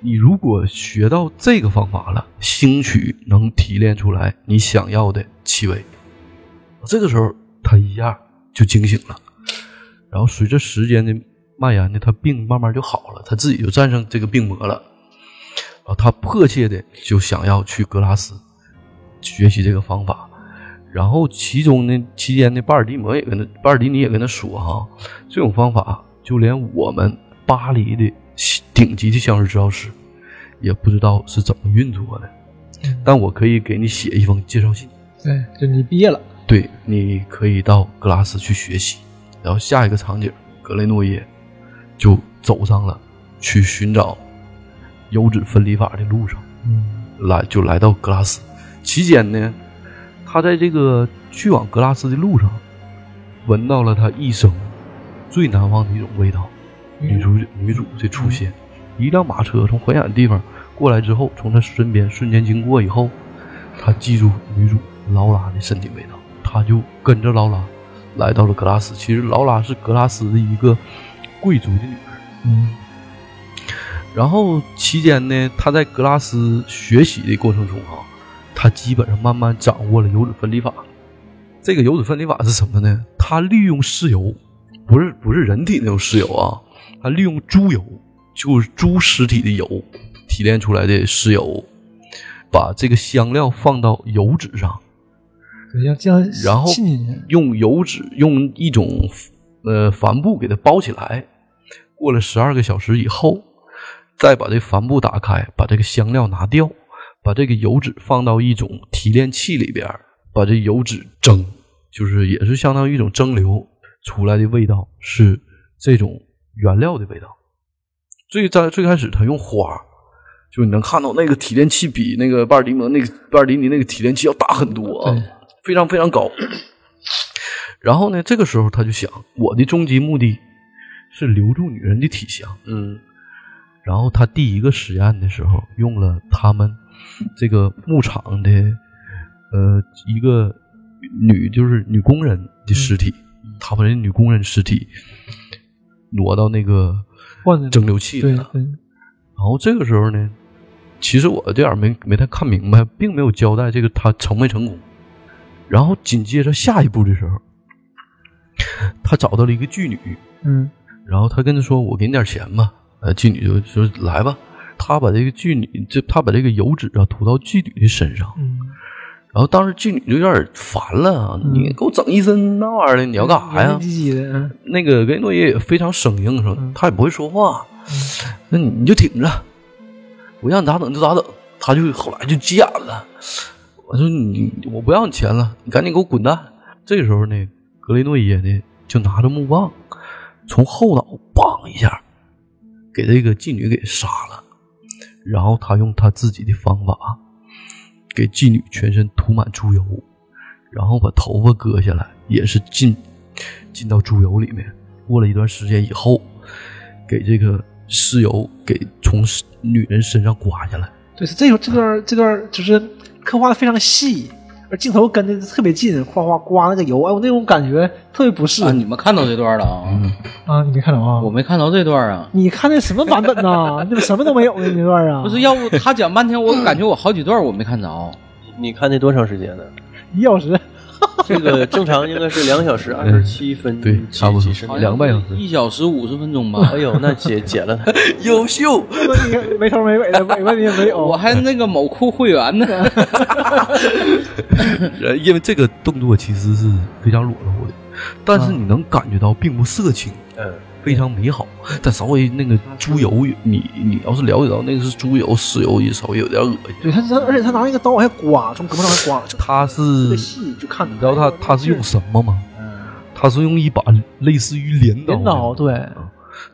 [SPEAKER 2] 你如果学到这个方法了，兴许能提炼出来你想要的气味。这个时候，他一下就惊醒了。然后随着时间的蔓延的，他病慢慢就好了，他自己就战胜这个病魔了。然后他迫切的就想要去格拉斯学习这个方法。然后其中呢，期间呢，巴尔的摩也跟他，巴尔迪尼也跟他说哈、这种方法就连我们巴黎的顶级的香水制造师也不知道是怎么运作的。但我可以给你写一封介绍信，
[SPEAKER 4] 对，哎就你毕业了，
[SPEAKER 2] 对，你可以到格拉斯去学习。然后下一个场景，格雷诺耶就走上了去寻找油脂分离法的路上，
[SPEAKER 4] 嗯
[SPEAKER 2] 来就来到格拉斯。期间呢，他在这个去往格拉斯的路上，闻到了他一生最难忘的一种味道。女主女主的出现，一辆马车从很远的地方过来之后，从他身边瞬间经过以后，他记住女主劳拉的身体味道，他就跟着劳拉来到了格拉斯。其实劳拉是格拉斯的一个贵族的女儿。
[SPEAKER 4] 嗯
[SPEAKER 2] 然后期间呢，他在格拉斯学习的过程中啊，他基本上慢慢掌握了油脂分离法。这个油脂分离法是什么呢？他利用尸油，不是不是人体那种尸油啊，他利用猪油，就是猪尸体的油提炼出来的尸油，把这个香料放到油脂上，
[SPEAKER 4] 对要这样
[SPEAKER 2] 然后
[SPEAKER 4] 信进去，
[SPEAKER 2] 用油脂用一种呃帆布给它包起来，过了十二个小时以后，再把这帆布打开，把这个香料拿掉，把这个油脂放到一种提炼器里边儿，把这油脂蒸，就是也是相当于一种蒸馏出来的味道是这种原料的味道。最在最开始他用花儿。就你能看到那个提炼器比那个巴尔的摩那个巴尔迪尼那个提炼器要大很多啊
[SPEAKER 4] 对，
[SPEAKER 2] 非常非常高。然后呢，这个时候他就想，我的终极目的是留住女人的体香。
[SPEAKER 1] 嗯
[SPEAKER 2] 然后他第一个实验的时候，用了他们这个牧场的呃一个女就是女工人的尸体，他把这女工人尸体挪到那个
[SPEAKER 4] 换着
[SPEAKER 2] 蒸馏器里
[SPEAKER 4] 对
[SPEAKER 2] 了。
[SPEAKER 4] 对，
[SPEAKER 2] 然后这个时候呢，其实我这点儿没没太看明白，并没有交代这个他成没成功。然后紧接着下一步的时候，他找到了一个妓女，
[SPEAKER 4] 嗯
[SPEAKER 2] 然后他跟他说：“我给你点钱吧。”呃，妓女就说：“来吧。”他把这个妓女，这他把这个油脂啊涂到妓女的身上，
[SPEAKER 4] 嗯，
[SPEAKER 2] 然后当时妓女就有点烦了啊，
[SPEAKER 4] 嗯
[SPEAKER 2] 你给我整一身那玩意儿的，你要干啥呀
[SPEAKER 4] 洋洋？唧唧的，嗯
[SPEAKER 2] 那个雷诺耶也非常生硬，说
[SPEAKER 4] 嗯
[SPEAKER 2] 他也不会说话，那你你就挺着，我让你咋整就咋整。他就后来就急眼了，我说你我不要你钱了，你赶紧给我滚蛋。这个时候呢，格雷诺耶呢就拿着木棒，从后脑梆一下给这个妓女给杀了，然后他用他自己的方法给妓女全身涂满猪油，然后把头发割下来，也是浸浸到猪油里面。过了一段时间以后，给这个尸油给从女人身上刮下来。
[SPEAKER 4] 对，这这段这段就是刻画的非常细，而镜头跟的特别近，哗哗刮那个油，哎，我那种感觉特别不适
[SPEAKER 3] 啊，你们看到这段了啊？
[SPEAKER 2] 嗯
[SPEAKER 4] 啊！你没看到啊
[SPEAKER 3] 我没看到这段啊。
[SPEAKER 4] 你看那什么版本
[SPEAKER 2] (laughs)
[SPEAKER 4] 呐？你怎么什么都没有呢？你那段啊？
[SPEAKER 3] 不是，要不他讲半天，我感觉我好几段我没看
[SPEAKER 2] 嗯
[SPEAKER 3] 着。
[SPEAKER 1] 你看那多长时间呢？
[SPEAKER 4] 一
[SPEAKER 2] (laughs)
[SPEAKER 4] 小时，
[SPEAKER 1] 这个正常应该是两小时二十七分，
[SPEAKER 2] 嗯对
[SPEAKER 1] 几
[SPEAKER 2] 差不多
[SPEAKER 1] 几十秒
[SPEAKER 2] 好两个半小时
[SPEAKER 3] 一小时五十分钟吧。
[SPEAKER 1] 哎呦，那姐减了它，
[SPEAKER 2] (laughs) 优秀，
[SPEAKER 4] 你看没头没尾的，尾巴你也没有。啊
[SPEAKER 3] 我还那个某库会员呢，
[SPEAKER 2] 呃因为这个动作其实是非常裸露的，但是你能感觉到并不色情，
[SPEAKER 1] 嗯，
[SPEAKER 2] 非常美好。但稍微那个猪油，你你要是了解到那个是猪油、尸油，也稍微有点恶心。
[SPEAKER 4] 对他他，而且他拿那个刀往下刮，从胳膊上往下刮，就
[SPEAKER 2] 他是，
[SPEAKER 4] 特别
[SPEAKER 2] 你
[SPEAKER 4] 细，就看你
[SPEAKER 2] 知道他他是用什么吗？
[SPEAKER 4] 嗯
[SPEAKER 2] 他是用一把类似于镰刀
[SPEAKER 4] 镰
[SPEAKER 2] 那
[SPEAKER 4] 刀，
[SPEAKER 2] 种，
[SPEAKER 4] 对，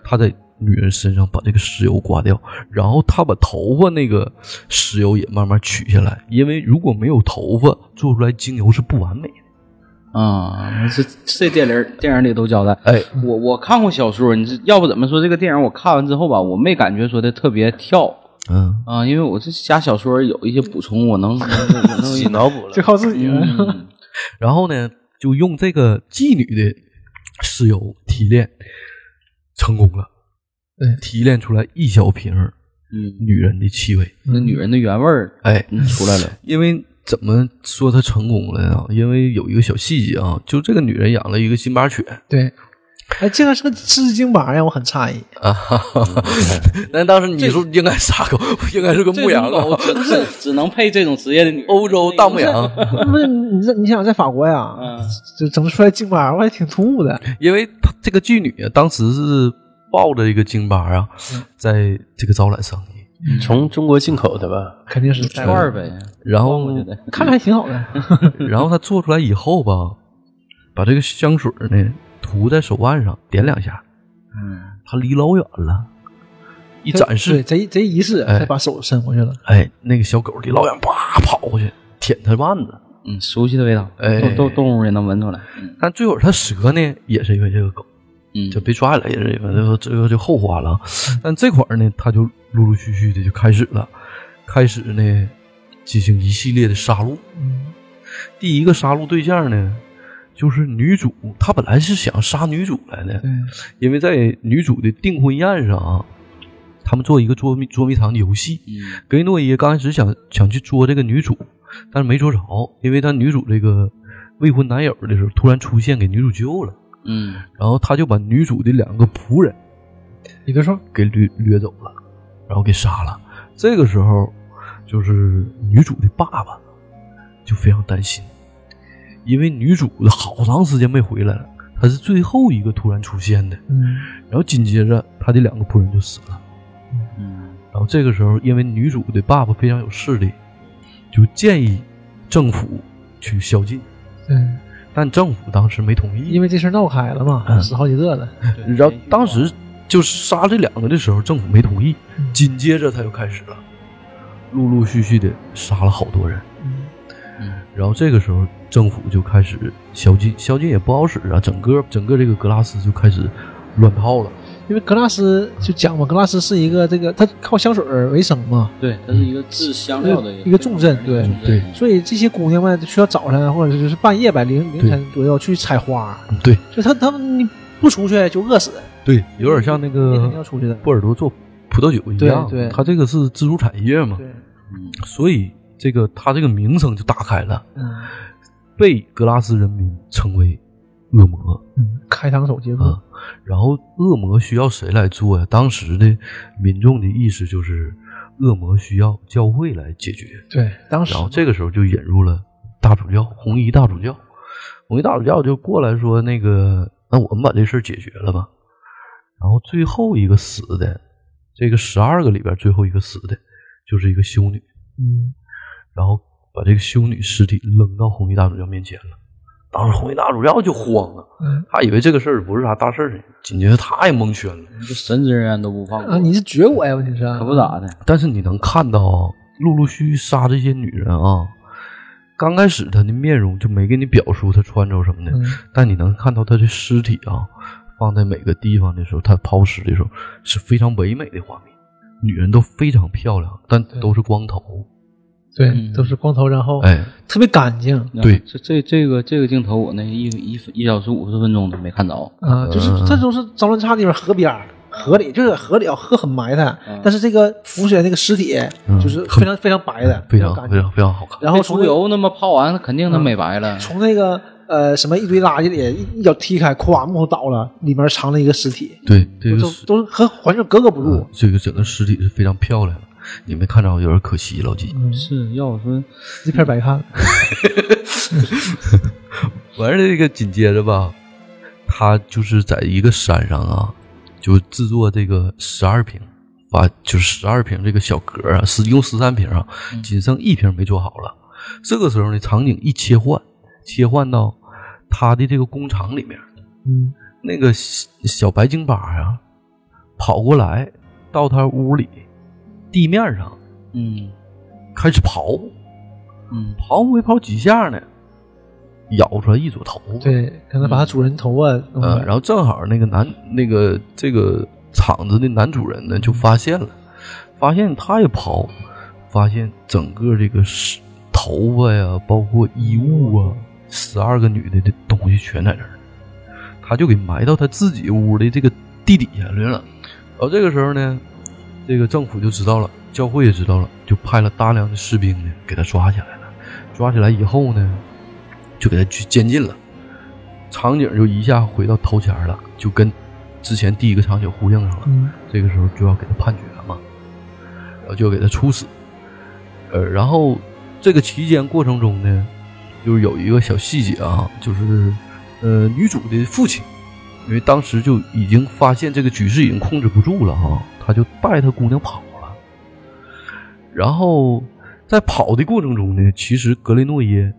[SPEAKER 2] 他在女人身上把这个石油刮掉，然后他把头发那个石油也慢慢取下来，因为如果没有头发，做出来精油是不完美的。
[SPEAKER 3] (laughs) 啊，这这电影电影里都交代。
[SPEAKER 2] 嗯哎，
[SPEAKER 3] 我我看过小说，你这要不怎么说这个电影？我看完之后吧，我没感觉说的特别跳
[SPEAKER 2] 嗯，
[SPEAKER 3] 啊，因为我这加小说有一些补充，我能能能
[SPEAKER 1] 自己
[SPEAKER 3] 能
[SPEAKER 1] 脑补了
[SPEAKER 4] 就。靠自己了。
[SPEAKER 3] 嗯
[SPEAKER 2] 然后呢，就用这个妓女的石油提炼成功了，
[SPEAKER 4] 对
[SPEAKER 2] 提炼出来一小瓶儿
[SPEAKER 3] 嗯，
[SPEAKER 2] 女人的气味。
[SPEAKER 3] 那女人的原味儿
[SPEAKER 2] 哎，
[SPEAKER 3] 嗯出来了。 (laughs)
[SPEAKER 2] 因为怎么说她成功了呢？因为有一个小细节啊，就这个女人养了一个辛巴犬，
[SPEAKER 4] 对，哎，竟然是个吃惊榜，让我很诧 (laughs) 异。
[SPEAKER 2] 啊，哈哈哈但当时你说应该啥狗？ (laughs) 应该是个牧羊狗，
[SPEAKER 3] 只
[SPEAKER 2] (laughs)
[SPEAKER 3] 只只能配这种职业的女人。
[SPEAKER 2] 欧洲大牧羊。
[SPEAKER 4] (laughs) 不是你这，你想在法国呀，
[SPEAKER 3] 嗯
[SPEAKER 4] 就整出来京巴，我还挺突兀的。
[SPEAKER 2] 因为他这个剧女啊，当时是抱着一个京巴啊，
[SPEAKER 4] 嗯
[SPEAKER 2] 在这个招揽生意，
[SPEAKER 1] 从中国进口的吧？
[SPEAKER 4] 肯定是
[SPEAKER 3] 串儿呗，
[SPEAKER 2] 然后
[SPEAKER 3] 我觉得
[SPEAKER 4] 看着还挺好的。
[SPEAKER 2] (laughs) 然后他做出来以后吧，把这个香水呢涂在手腕上，点两下，
[SPEAKER 3] 嗯，
[SPEAKER 2] 他离老远了，一展示
[SPEAKER 4] 对，贼贼仪式，
[SPEAKER 2] 哎
[SPEAKER 4] 才把手伸过去了。
[SPEAKER 2] 哎，那个小狗离老远叭跑过去舔它腕子，
[SPEAKER 3] 嗯，熟悉的味道，
[SPEAKER 2] 哎
[SPEAKER 3] 动动动物也能闻出来。
[SPEAKER 2] 但最后它折呢，也是因为这个狗
[SPEAKER 3] 嗯，
[SPEAKER 2] 就被抓起来，也是因为这个这个就后话了啊。但这块儿呢，它就陆陆续续的就开始了，开始呢进行一系列的杀戮。
[SPEAKER 4] 嗯，
[SPEAKER 2] 第一个杀戮对象呢，就是女主，她本来是想杀女主来的
[SPEAKER 4] 对，，
[SPEAKER 2] 因为在女主的订婚宴上啊，他们做一个捉迷捉迷藏的游戏，
[SPEAKER 3] 嗯
[SPEAKER 2] 格林诺伊刚开始想想去捉这个女主，但是没捉着，因为他女主这个未婚男友的时候突然出现，给女主救了，
[SPEAKER 3] 嗯
[SPEAKER 2] 然后他就把女主的两个仆人
[SPEAKER 4] 你别说，
[SPEAKER 2] 给掠掠走了，然后给杀了。这个时候，就是女主的爸爸就非常担心，因为女主好长时间没回来了，她是最后一个突然出现的，
[SPEAKER 4] 嗯，
[SPEAKER 2] 然后紧接着她的两个仆人就死了。
[SPEAKER 3] 嗯
[SPEAKER 2] 然后这个时候，因为女主的爸爸非常有势力，就建议政府去宵禁，
[SPEAKER 4] 对，
[SPEAKER 2] 但政府当时没同意，
[SPEAKER 4] 嗯因为这事儿闹开了
[SPEAKER 2] 嗯
[SPEAKER 4] 嘛，死好几个了。
[SPEAKER 2] 然后当时就是杀这两个的时候，政府没同意，
[SPEAKER 4] 嗯
[SPEAKER 2] 紧接着他就开始了，陆陆续续的杀了好多人。
[SPEAKER 4] 嗯
[SPEAKER 3] 嗯
[SPEAKER 2] 然后这个时候，政府就开始宵禁，宵禁也不好使啊，整个整个这个格拉斯就开始乱套了。
[SPEAKER 4] 因为格拉斯就讲嘛，格拉斯是一个这个，他靠香水儿为生嘛，
[SPEAKER 3] 对，哎它是一个制香料的
[SPEAKER 4] 一个重镇对
[SPEAKER 2] 对
[SPEAKER 4] 所以这些姑娘们需要早上或者就是半夜吧，凌凌晨左右去采花，
[SPEAKER 2] 嗯对
[SPEAKER 4] 就他他们你不出去就饿死，
[SPEAKER 2] 对，有点像那
[SPEAKER 4] 你肯定要
[SPEAKER 2] 个
[SPEAKER 4] 出去的。
[SPEAKER 2] 波尔多做葡萄酒一样，
[SPEAKER 4] 对对
[SPEAKER 2] 他这个是自主产业嘛，
[SPEAKER 4] 对，
[SPEAKER 3] 嗯
[SPEAKER 2] 所以这个他这个名声就打开了，
[SPEAKER 4] 嗯
[SPEAKER 2] 被格拉斯人民称为恶魔。
[SPEAKER 4] 嗯，开膛手杰克
[SPEAKER 2] 啊，然后恶魔需要谁来做呀？当时的民众的意识就是，恶魔需要教会来解决。
[SPEAKER 4] 对，当时
[SPEAKER 2] 然后这个时候就引入了大主教，红衣大主教。红衣大主教就过来说：“那个，那我们把这事儿解决了吧。”然后最后一个死的，这个十二个里边最后一个死的，就是一个修女。
[SPEAKER 4] 嗯
[SPEAKER 2] 然后把这个修女尸体扔到红衣大主教面前了。当时红衣大主教就慌了，
[SPEAKER 4] 嗯
[SPEAKER 2] 他以为这个事儿不是啥大事儿呢，紧接着他也蒙圈了。
[SPEAKER 3] 就神职人员都不放
[SPEAKER 4] 啊，
[SPEAKER 3] 过，
[SPEAKER 4] 你是觉悟呀，问题是啊
[SPEAKER 3] 可不咋的。
[SPEAKER 2] 但是你能看到啊，陆陆续续杀这些女人啊，刚开始她的面容就没给你表述她穿着什么的，
[SPEAKER 4] 嗯
[SPEAKER 2] 但你能看到她的尸体啊，放在每个地方的时候，她抛尸的时候是非常唯美的画面。女人都非常漂亮，但都是光头。
[SPEAKER 4] 对，
[SPEAKER 3] 嗯
[SPEAKER 4] 都是光头，然后
[SPEAKER 2] 哎，
[SPEAKER 4] 特别干净
[SPEAKER 2] 对
[SPEAKER 3] 这这这个这个镜头，我那一一一小时五十分钟都没看着。
[SPEAKER 2] 嗯
[SPEAKER 4] 啊，就是这都是脏乱差地方，河边儿河里就是河里啊，河很埋汰
[SPEAKER 3] 嗯，
[SPEAKER 4] 但是这个浮起来那个尸体
[SPEAKER 2] 嗯
[SPEAKER 4] 就是非常非常白的，
[SPEAKER 2] 非
[SPEAKER 4] 干
[SPEAKER 2] 常非
[SPEAKER 4] 净。
[SPEAKER 2] 常非常好看。
[SPEAKER 4] 然后
[SPEAKER 3] 那
[SPEAKER 4] 从
[SPEAKER 3] 猪油那么泡完，肯定它美白了。
[SPEAKER 4] 从那个呃什么一堆垃圾里一一脚踢开，咵木头倒了，里面藏了一个尸体，
[SPEAKER 2] 对，这个
[SPEAKER 4] 都
[SPEAKER 2] 是
[SPEAKER 4] 都是和环境格格不入
[SPEAKER 2] 嗯。这个整个尸体是非常漂亮的，你没看着有点可惜，老季。
[SPEAKER 4] 嗯，
[SPEAKER 3] 是要说
[SPEAKER 4] 这片儿白看了。
[SPEAKER 2] 完事儿这个紧接着吧，他就是在一个山上啊，就制作这个十二瓶，把就是十二瓶这个小格啊，是一共十三瓶啊，仅剩一瓶没做好了。这个时候呢，场景一切换，切换到他的这个工厂里面，
[SPEAKER 4] 嗯，
[SPEAKER 2] 那个小小白鲸巴啊，跑过来到他屋里地面上
[SPEAKER 3] 嗯
[SPEAKER 2] 开始刨，
[SPEAKER 3] 嗯
[SPEAKER 2] 刨没刨几下呢，咬出来一撮头发。
[SPEAKER 4] 对，可能把他主人头啊，弄
[SPEAKER 2] 呃，
[SPEAKER 4] 白
[SPEAKER 2] 嗯然后正好那个男那个这个厂子的男主人呢就发现了，发现他也刨，发现整个这个是头发呀，包括衣物啊，十二个女的的东西全在这儿，他就给埋到他自己屋的这个地底下去了。然后这个时候呢，这个政府就知道了，教会也知道了，就派了大量的士兵呢给他抓起来了。抓起来以后呢，就给他去监禁了。场景就一下回到头前了，就跟之前第一个场景呼应上了。
[SPEAKER 4] 嗯
[SPEAKER 2] 这个时候就要给他判决了嘛，然后就要给他处死。呃，然后这个期间过程中呢，就是有一个小细节啊，就是呃，女主的父亲，因为当时就已经发现这个局势已经控制不住了哈、啊他就带他姑娘跑了。然后在跑的过程中呢，其实格雷诺耶，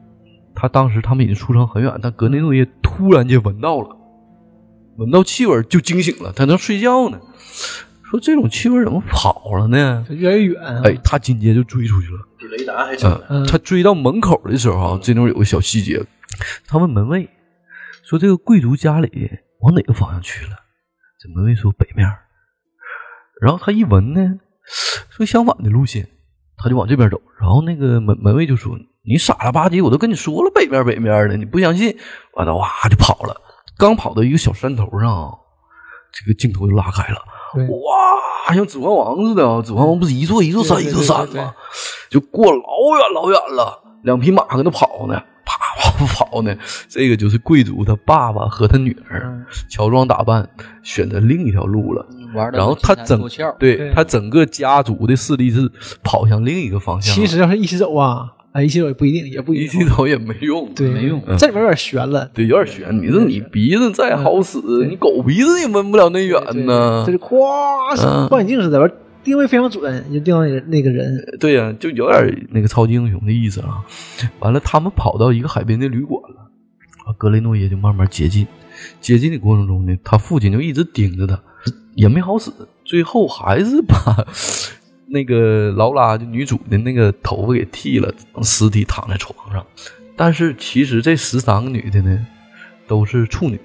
[SPEAKER 2] 他当时他们已经出城很远，但格雷诺耶突然间闻到了，闻到气味就惊醒了，他正睡觉呢，说这种气味怎么跑了呢？
[SPEAKER 4] 就越来越远啊。
[SPEAKER 2] 哎，他紧接着追出去了。
[SPEAKER 1] 比雷达还准
[SPEAKER 2] 嗯
[SPEAKER 1] 呢。
[SPEAKER 4] 嗯
[SPEAKER 2] 他追到门口的时候啊，这种有个小细节，他问门卫说：“这个贵族家里往哪个方向去了？”这门卫说：“北面儿。”然后他一闻呢，说相反的路线，他就往这边走。然后那个门门卫就说：“你傻了吧唧，我都跟你说了北面儿北面儿的，你不相信？”完了哇就跑了，刚跑到一个小山头上啊，这个镜头就拉开了。
[SPEAKER 4] 对，
[SPEAKER 2] 哇，像《指环王》似的啊，《指环王》不是一座一座山
[SPEAKER 4] 对
[SPEAKER 2] 一
[SPEAKER 4] 对
[SPEAKER 2] 座
[SPEAKER 4] 对
[SPEAKER 2] 山
[SPEAKER 4] 对
[SPEAKER 2] 吗？就过老远老远了，两匹马搁那跑呢，啪啪啪跑呢。这个就是贵族他爸爸和他女儿
[SPEAKER 4] 嗯
[SPEAKER 2] 乔装打扮，选择另一条路了。
[SPEAKER 3] 玩的
[SPEAKER 2] 然后他整
[SPEAKER 3] 够呛，
[SPEAKER 2] 对
[SPEAKER 4] 对
[SPEAKER 2] 他整个家族的势力是跑向另一个方向了，
[SPEAKER 4] 其实要是一起走啊，哎，一起走也不一定，也不
[SPEAKER 2] 一
[SPEAKER 4] 一定啊
[SPEAKER 2] 起。走也没用，
[SPEAKER 4] 对，
[SPEAKER 3] 没用
[SPEAKER 4] 这里面有点悬了。
[SPEAKER 2] 对，有点悬。你说你鼻子再好使，你狗鼻子也闻不了那
[SPEAKER 4] 对
[SPEAKER 2] 远呢
[SPEAKER 4] 这。就咵，
[SPEAKER 2] 嗯
[SPEAKER 4] 望远镜似的，完定位非常准，就定到那个那个人。
[SPEAKER 2] 对呀、就有点那个超级英雄的意思啊。完了，他们跑到一个海边的旅馆了，啊格雷诺耶就慢慢接近，接近的过程中呢，他父亲就一直盯着他，也没好使，最后还是把 (laughs) 那个劳拉就女主的那个头发给剃了，尸体躺在床上。但是其实这十三个女的呢，都是处女，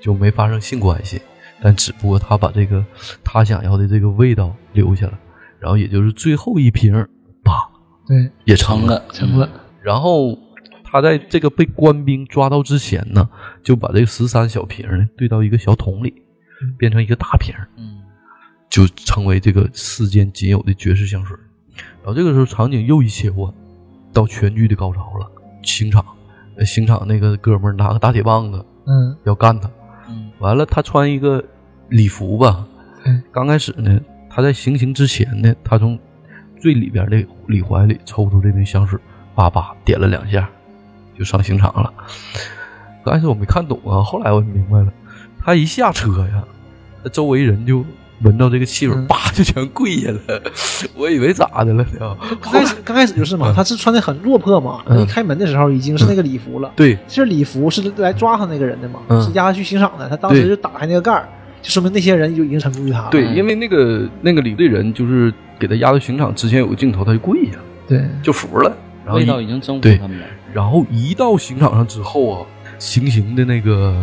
[SPEAKER 2] 就没发生性关系。但只不过她把这个她想要的这个味道留下了，然后也就是最后一瓶儿，啪
[SPEAKER 4] 对，
[SPEAKER 2] 也
[SPEAKER 3] 成
[SPEAKER 2] 成了。
[SPEAKER 3] 了
[SPEAKER 4] 成了。
[SPEAKER 2] 然后他在这个被官兵抓到之前呢，就把这十三小瓶儿呢兑到一个小桶里，变成一个大瓶儿，
[SPEAKER 3] 嗯，
[SPEAKER 2] 就成为这个世间仅有的绝世香水儿。然后这个时候场景又一切换，到全剧的高潮了，刑场，呃刑场那个哥们儿拿个大铁棒子
[SPEAKER 4] 嗯，
[SPEAKER 2] 要干他，
[SPEAKER 3] 嗯
[SPEAKER 2] 完了他穿一个礼服吧
[SPEAKER 4] 嗯，
[SPEAKER 2] 刚开始呢，他在行刑之前呢，他从最里边的礼怀里抽出这瓶香水，叭叭点了两下，就上刑场了。刚开始我没看懂啊，后来我明白了，他一下车呀，他周围人就。闻到这个气味
[SPEAKER 4] 嗯，
[SPEAKER 2] 叭就全跪下了。 (laughs) 我以为咋的了呢？
[SPEAKER 4] 刚开始刚开始就是嘛，他是穿的很落魄嘛，他
[SPEAKER 2] 嗯
[SPEAKER 4] 一开门的时候已经是那个礼服了。
[SPEAKER 2] 对，
[SPEAKER 4] 这礼服是来抓他那个人的嘛，
[SPEAKER 2] 嗯
[SPEAKER 4] 是押他去刑场的。他当时就打开那个盖儿，就说明那些人就已经缠住于他了。
[SPEAKER 2] 对，
[SPEAKER 3] 嗯
[SPEAKER 2] 因为那个那个李队人就是给他押到刑场之前有个镜头，他就跪下了，
[SPEAKER 4] 对，
[SPEAKER 2] 就服了。然后
[SPEAKER 3] 味
[SPEAKER 2] 一
[SPEAKER 3] 道已经征服
[SPEAKER 2] 对
[SPEAKER 3] 他们了。
[SPEAKER 2] 然后一到刑场上之后啊，行刑的那个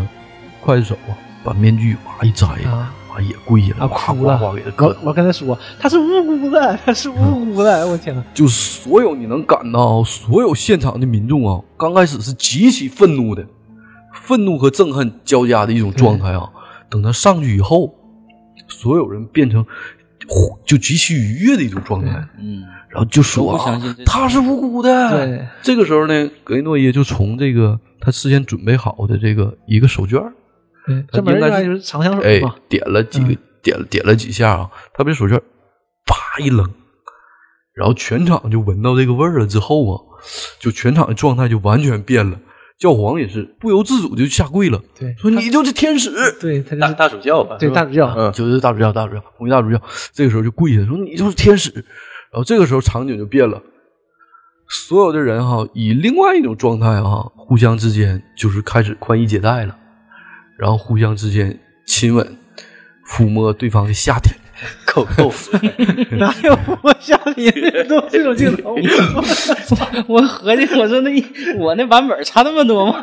[SPEAKER 2] 刽子手啊，把面具哇一摘，
[SPEAKER 4] 啊
[SPEAKER 2] 啊也跪下
[SPEAKER 4] 啊
[SPEAKER 2] 了，夸
[SPEAKER 4] 哭
[SPEAKER 2] 夸
[SPEAKER 4] 了
[SPEAKER 2] 夸给他。
[SPEAKER 4] 我
[SPEAKER 2] 割。
[SPEAKER 4] 我跟他说，他是无辜的，他是无辜的。我天哪！
[SPEAKER 2] 就所有你能感到，所有现场的民众啊，刚开始是极其愤怒的，愤怒和憎恨交加的一种状态
[SPEAKER 4] 嗯
[SPEAKER 2] 啊。等他上去以后，所有人变成呼就极其愉悦的一种状态，
[SPEAKER 3] 嗯，
[SPEAKER 2] 然后就
[SPEAKER 3] 都
[SPEAKER 2] 说
[SPEAKER 3] 不相
[SPEAKER 2] 啊
[SPEAKER 3] 信这，
[SPEAKER 2] 他是无辜的。
[SPEAKER 4] 对，
[SPEAKER 2] 这个时候呢，格雷诺耶就从这个他事先准备好的这个一个手绢儿，
[SPEAKER 4] 对这门儿
[SPEAKER 2] 应
[SPEAKER 4] 原
[SPEAKER 2] 该是
[SPEAKER 4] 来嗯就是长香
[SPEAKER 2] 哎
[SPEAKER 4] 水嘛，，
[SPEAKER 2] 点了几个，
[SPEAKER 4] 嗯
[SPEAKER 2] 点了点了几下啊，他把这手绢儿啪一扔，然后全场就闻到这个味儿了之后啊，就全场的状态就完全变了。教皇也是不由自主就下跪了，
[SPEAKER 4] 对，
[SPEAKER 2] 说你就是天使，
[SPEAKER 4] 对，他就
[SPEAKER 1] 大
[SPEAKER 4] 是
[SPEAKER 1] 大主教吧，
[SPEAKER 4] 对
[SPEAKER 1] 是吧
[SPEAKER 4] 大主教，
[SPEAKER 1] 嗯
[SPEAKER 2] 就是啊大主教，大主教，红衣大主教，这个时候就跪下说你就是天使。然后这个时候场景就变了，所有的人哈、以另外一种状态哈、互相之间就是开始宽衣解带了，然后互相之间亲吻、抚摸对方的下体。
[SPEAKER 1] 够够，
[SPEAKER 4] 哪有哎我下你都这种镜 (laughs) 头？
[SPEAKER 3] 我合计我说那一我那版本差那么多吗？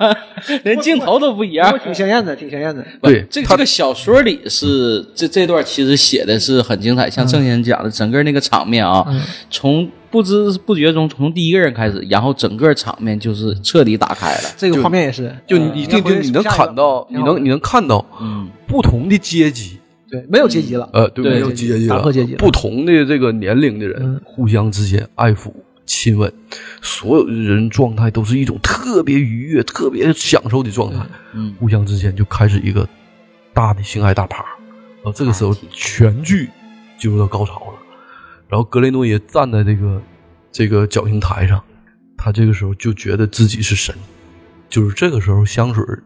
[SPEAKER 3] 连镜头都不一样
[SPEAKER 4] 我。挺鲜艳的，挺鲜艳的。
[SPEAKER 3] 不
[SPEAKER 2] 对
[SPEAKER 3] 这个这个小说里是这这段其实写的是很精彩，
[SPEAKER 2] 嗯
[SPEAKER 3] 像郑先讲的，整个那个场面啊，
[SPEAKER 4] 嗯
[SPEAKER 3] 从不知不觉中从第一个人开始，然后整个场面就是彻底打开了。
[SPEAKER 4] 这个画面也是，
[SPEAKER 2] 就你一定就你能看到，你能你能看到
[SPEAKER 3] 嗯，
[SPEAKER 2] 不同的阶级，
[SPEAKER 4] 对，没有阶级了，
[SPEAKER 2] 呃，对，
[SPEAKER 3] 对
[SPEAKER 2] 没有阶级
[SPEAKER 4] 打
[SPEAKER 2] 了
[SPEAKER 4] 破阶级，了
[SPEAKER 2] 不同的这个年龄的人
[SPEAKER 4] 嗯
[SPEAKER 2] 互相之间爱抚、亲吻，所有的人状态都是一种特别愉悦、特别享受的状态，
[SPEAKER 3] 嗯，
[SPEAKER 2] 互相之间就开始一个大的性爱大趴。然后这个时候全剧进入到高潮了，然后格雷诺也站在这个这个绞刑台上，他这个时候就觉得自己是神，就是这个时候香水儿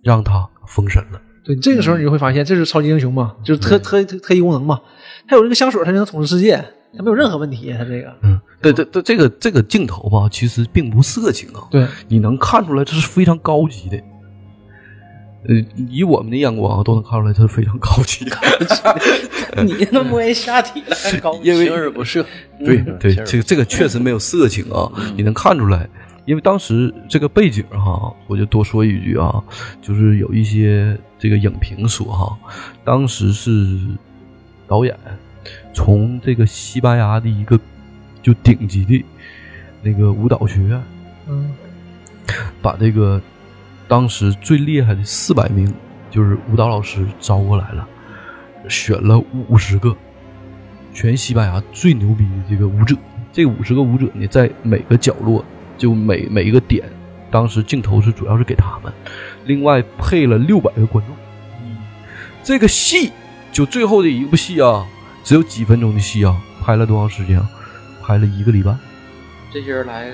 [SPEAKER 2] 让他封神了。
[SPEAKER 4] 对，这个时候你就会发现，这是超级英雄嘛，就是
[SPEAKER 2] 嗯
[SPEAKER 4] 特特特特异功能嘛，他有这个香水，他就能统治世界，他没有任何问题，他这个
[SPEAKER 2] 嗯，对对对，这个这个镜头吧，其实并不色情啊，
[SPEAKER 4] 对，
[SPEAKER 2] 你能看出来这是非常高级的。呃，以我们的眼光啊，都能看出来它是非常高级的。
[SPEAKER 1] 你那摸人下体了，还 (laughs) 高
[SPEAKER 2] 因为
[SPEAKER 1] 形而不涉。
[SPEAKER 2] 对
[SPEAKER 1] 嗯
[SPEAKER 2] 对
[SPEAKER 1] 形，而
[SPEAKER 2] 这个这个确实没有色情啊，你能看出来。因为当时这个背景哈、我就多说一句啊，就是有一些这个影评说哈、当时是导演从这个西班牙的一个就顶级的那个舞蹈学院，
[SPEAKER 4] 嗯，
[SPEAKER 2] 把这个当时最厉害的四百名就是舞蹈老师招过来了，选了五十个全西班牙最牛逼的这个舞者。这五十个舞者呢，在每个角落，就每每一个点，当时镜头是主要是给他们，另外配了六百个观众。这个戏就最后的一部戏啊，只有几分钟的戏啊，拍了多长时间啊？拍了一个礼拜，
[SPEAKER 3] 这些人来